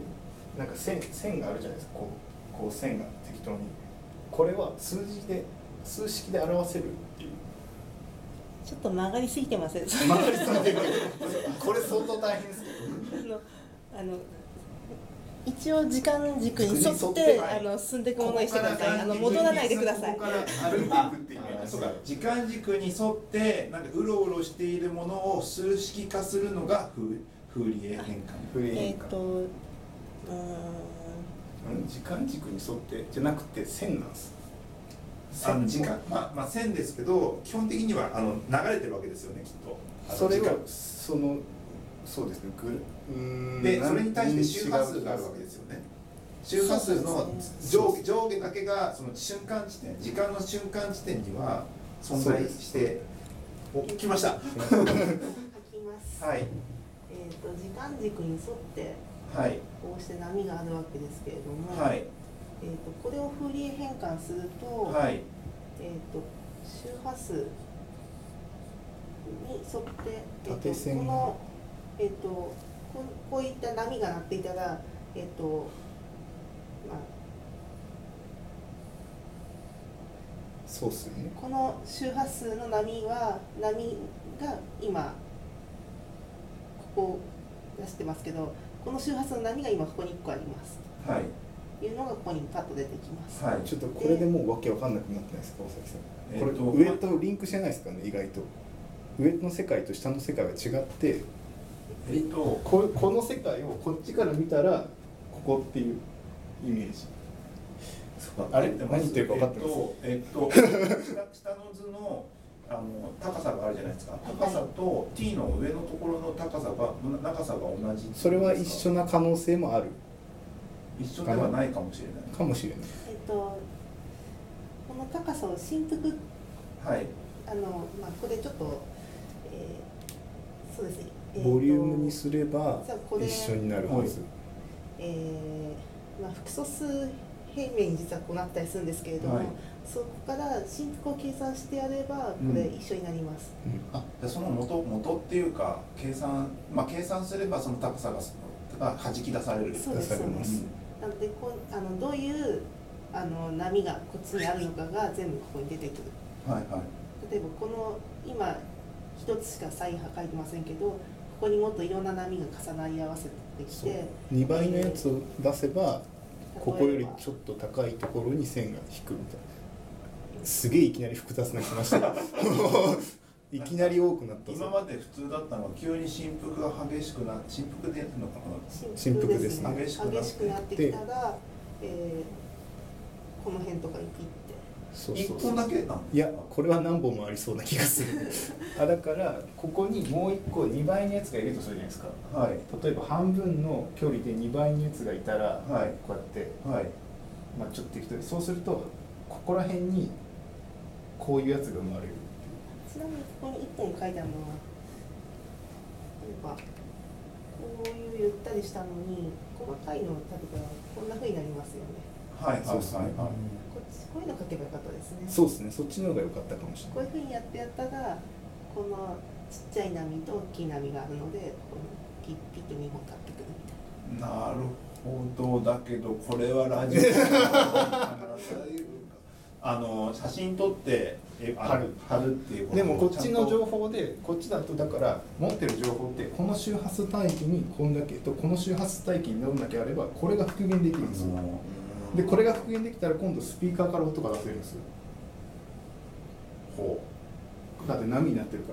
D: なんか線線があるじゃないですかこうこう線が適当にこれは数字で数式で表せるっ ていう
C: ちょっと曲がりすぎ てませんそ
D: 曲がりすぎてるけどこれ相当大変ですけど
C: のあの一応時間軸に沿
D: 軸
C: っ
D: に
C: て
D: 沿って
C: あの進んでいくものにしてくださいあの
D: ここ
C: 戻らないでください
D: ここから歩いていくっていうイメージ
A: あそうか時間軸に沿ってなんかうろうろしているものを数式化するのがフーフーリエ変換
D: フリー
C: え
D: 変
C: ーっ
D: 換
C: とうーん
D: うん時間軸に沿ってじゃなくて線なんです
A: あの時間まあ、まあ、線ですけど基本的にはあの流れてるわけですよねきっとあの
D: それ
A: 時
D: が
A: 間
D: そのそうですねグルうーん
A: で
D: なん
A: それに対して周波数があるわけですよね周波数の上下上下だけがその瞬間地点時間の瞬間地点には存在してお来ました
C: 書きます
A: はい
C: えー、と時間軸に沿って
A: はい
C: こうして波があるわけですけれども、
A: はい
C: えー、とこれをフーリエ変換すると,、
A: はい
C: えー、と周波数に沿って、えーと
D: 縦線
C: この、えー、とこうこういった波が鳴っていたら、えーとまあ、
D: そうですね
C: この周波数の波は波が今ここを出してますけどこの周波数の波が今ここに1個あります
A: はい
C: というのがここにパッと出てきます。
A: はい
D: ちょっとこれでもうわけわかんなくなってないですか大崎さん、
A: えーと
D: これ上とリンクしてないですかね意外と上の世界と下の世界が違って
A: えっと
D: ここの世界をこっちから見たらここっていうイメージあれ何言ってるか分かってます
A: えっと、えっと、下下の図のあの高さがあるじゃないですか
C: い
A: 高さと T の上のところの高さが長さが同じ
D: それは一緒な可能性もある
A: 一緒ではないかもしれな
D: かもしれない
C: えっと、この高さを振幅
A: いはい
C: あの、まあ、これちょっと、えーそうですね、えーと
D: ボリュームにすれば
C: じゃあこれ
D: 一緒になるはず、
C: えーまあ、複素数平面に実はこうなったりするんですけれども、
A: はい
C: そこから振幅を計算してやればこれ一緒になります、
A: あじゃあその元元っていうか計算まあ計算すればその高さがが弾き出される
C: そうです
D: 出さ
C: そう
D: れ
C: で
D: ますす、
C: なのでこうあのどういうあの波がこっちにあるのかが全部ここに出てくる
A: はいはい
C: 例えばこの今一つしかサインは書いてませんけどここにもっといろんな波が重なり合わせてき
D: そう
C: て
D: 2倍のやつを出せばここよ
C: 例え
D: り
C: ば
D: ちょっと高いところに線が引くみたいなすげえいきなり複雑なきました いきなり多くなった
A: 今まで普通だったのが急に振幅が激しくな振幅でやるのかな
D: 振幅です
A: ね
C: 激しくなってきたら、えーこの辺とかにピッて
D: そう
A: 一
D: そうそう
A: 本だけなの
D: いやこれは何本もありそうな気がする
B: あだからここにもう1個2倍のやつがいるとするじゃないですか
A: はい
B: 例えば半分の距離で2倍のやつがいたら、
A: はい
B: こうやって、
A: はい
B: まあ、ちょっと適当にそうするとここら辺にこういうやつが生まれる
C: ちなみにここに一本書いてあるのは例えばこういうゆったりしたのに細かいのを例えばこんなふうになりますよね
A: はいはい
D: そうですね、
A: はいはい
C: こっちこういうの書けばよかったですね
D: そうですねそっちの方が良かったかもし
C: こ
D: れ
C: うい
D: な
C: う
D: い
C: ふうにやってやったらこのちっちゃい波と大きい波があるのでここにピッピッと2本立ってくるみたいな
A: なるほどだけどこれは ラジオあの写真撮ってえあの
B: 貼る
A: 貼るっていうこと
B: でもこっちの
A: ちゃんと
B: 情報でこっちだとだから持ってる情報ってこの周波数帯域にこんだけとこの周波数帯域にどんだけあればこれが復元できるんですよ
A: うん
B: でこれが復元できたら今度スピーカーから音が出せるんですよ
A: ほう
B: だって波になってるか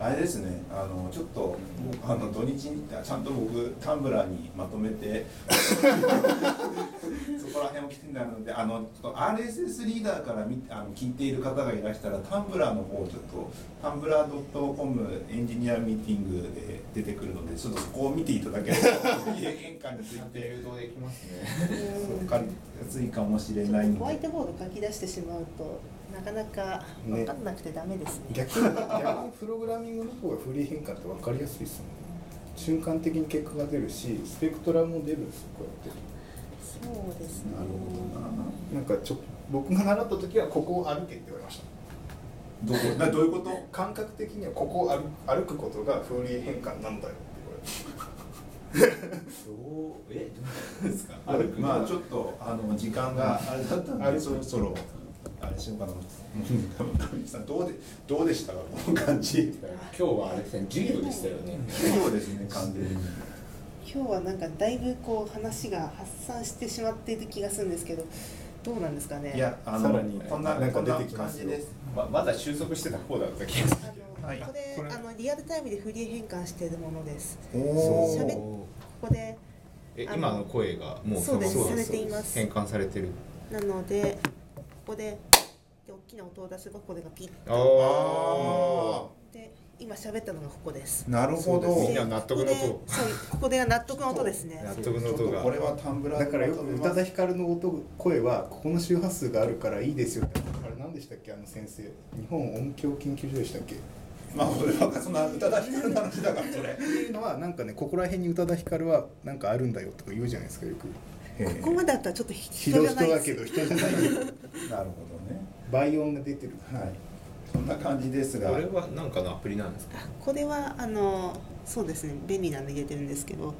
B: らね
A: あれですね、あのちょっとあの土日にあちゃんと僕タンブラーにまとめて そこら辺をきてなので、あのちょっと RSS リーダーから見あの聞いている方がいらしたらタンブラーの方をちょっとタンブラー .com エンジニアミーティングで出てくるので、ちょっとそこを見ていただけると家玄関につい て
B: 動できますね
A: 分かりやすいかもしれ
C: ちょ
A: な
C: っ
A: い
C: とホ
A: の
C: ワイ
A: で。
C: トボード書き出してしまうとなかなか分かんなくてダメですね
D: 逆に逆にプログラミングの方がフリー変換って分かりやすいですもんね瞬間的に結果が出るしスペクトラムも出るんですよこうやって
C: そうですね
A: なるほどな。
D: なんかちょ僕が習った時はここを歩けって言われました
A: どこなどういうこと？
D: 感覚的にはここを歩歩くことがフリー変換なんだよって言われました
B: そうえどうですか
A: まあちょっとあの時間があれだった
D: あ
A: んで
D: れ
A: そろそろあれしようかなと思って神さんどうでどうでしたかこの感じ
E: 今日はあれですね授業でしたよね
A: そうですね完全に
C: 今日はなんかだいぶこう話が発散してしまっている気がするんですけどどうなんですかね
A: いやあの
D: さらに
A: こんな
D: なん
A: こ
D: か
A: んな感
D: 出て
A: じ
D: きますよ
A: です
B: ままだ収束してた方だった気がする
C: あの、
A: はい
C: これ
D: これ
C: あのリアルタイムでフリー変換しているものです
A: お
C: そう喋っ
A: お
C: ここで
B: え
C: あの
B: 今の声がもう
C: そうです
B: のまま
C: されています
B: 変換されてる
C: なのでここでで大きな音を出せばこれがピッ
B: あ
A: あ
C: て今喋ったのがここです
A: あなるほ
B: そう
A: ど
B: みでん
A: ち
B: な納得の音
C: でここでそうここで納得の音ですね
B: 納得の
A: ょっ
B: 音
A: と
B: が
A: これはタンブラー
D: だからよく宇多田ヒカルの音声はここの周波数があるからいいですよってあれ何でしたっけあの先生日本音響研究所で したっけっ
A: まあ俺はそんな宇多田ヒカルの話だからそれ
D: ていうのはなんかねここら辺に宇多田ヒカルはなんかあるんだよとか言うじゃないですかよく
C: ここまでだったらちょっと人
D: ひ
C: じ
D: どい
C: ゃ
D: 人
C: ないで
D: だ
C: す
D: けど人じゃない
A: な
D: よ
A: るほどね
D: 倍音が出てる
A: はいそんな感じですが
B: これは何かのアプリなんですか
C: あこれはあのそうですね便利なの入れてるんですけど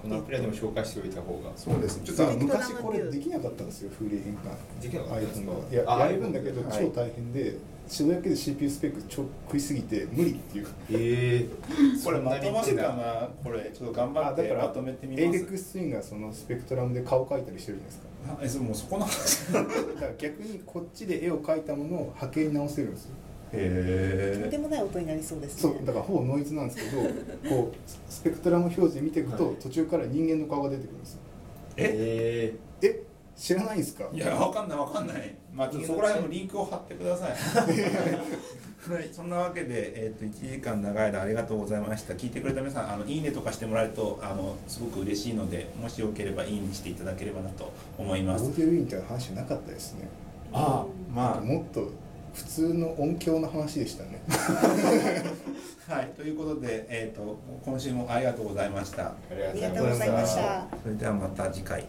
B: このアプリはでも紹介しておいた方が
A: そうですね
D: ち
A: ち
D: ょ
A: ょ
D: っ
A: っ
D: と
A: と
D: あ
A: あ
D: の
A: の
D: 昔これできなかったんですよ風鈴変換
B: できなかったんですか
D: iPhone がいや
B: あ
D: やれるんだけど
B: iPhone
D: 超大変でそれだけで CPU スペック超食いすぎて無理っていう
B: え
A: これまとまるかなこれちょっと頑張ってまとめてみ
D: エイ
A: ま
D: デ
A: す
D: ックスツインがそのスペクトラムで顔描いたりしてるじゃないですか
A: あえそもうそこの話
D: だから逆にこっちで絵を描いたものを波形に直せるんですよ
C: とん
A: へ
C: でもない音になりそうです
D: そ
C: ね
D: うだからほぼノイズなんですけどこうススペクトラム表示で見ていくと、
B: はい
D: 途中から人間の顔が出てくるんですよ
B: ええ
D: え知らないんですか
A: いやわかんないわかんないまあちょっとそこら辺もリンクを貼ってくださいはいそんなわけで、えっと1時間長い間ありがとうございました聞いてくれた皆さんあのいいねとかしてもらえるとあのすごく嬉しいのでもしよければいいねしていただければなと思い
D: ゴ
A: ます
D: ールデンウィークみたいな話なかったですね
A: あま
D: もっと普通の音響の話でしたね
A: はい、ということで、えー、と今週もありがとうございました
B: ありが
C: ありがとうございました。
A: それではまた次回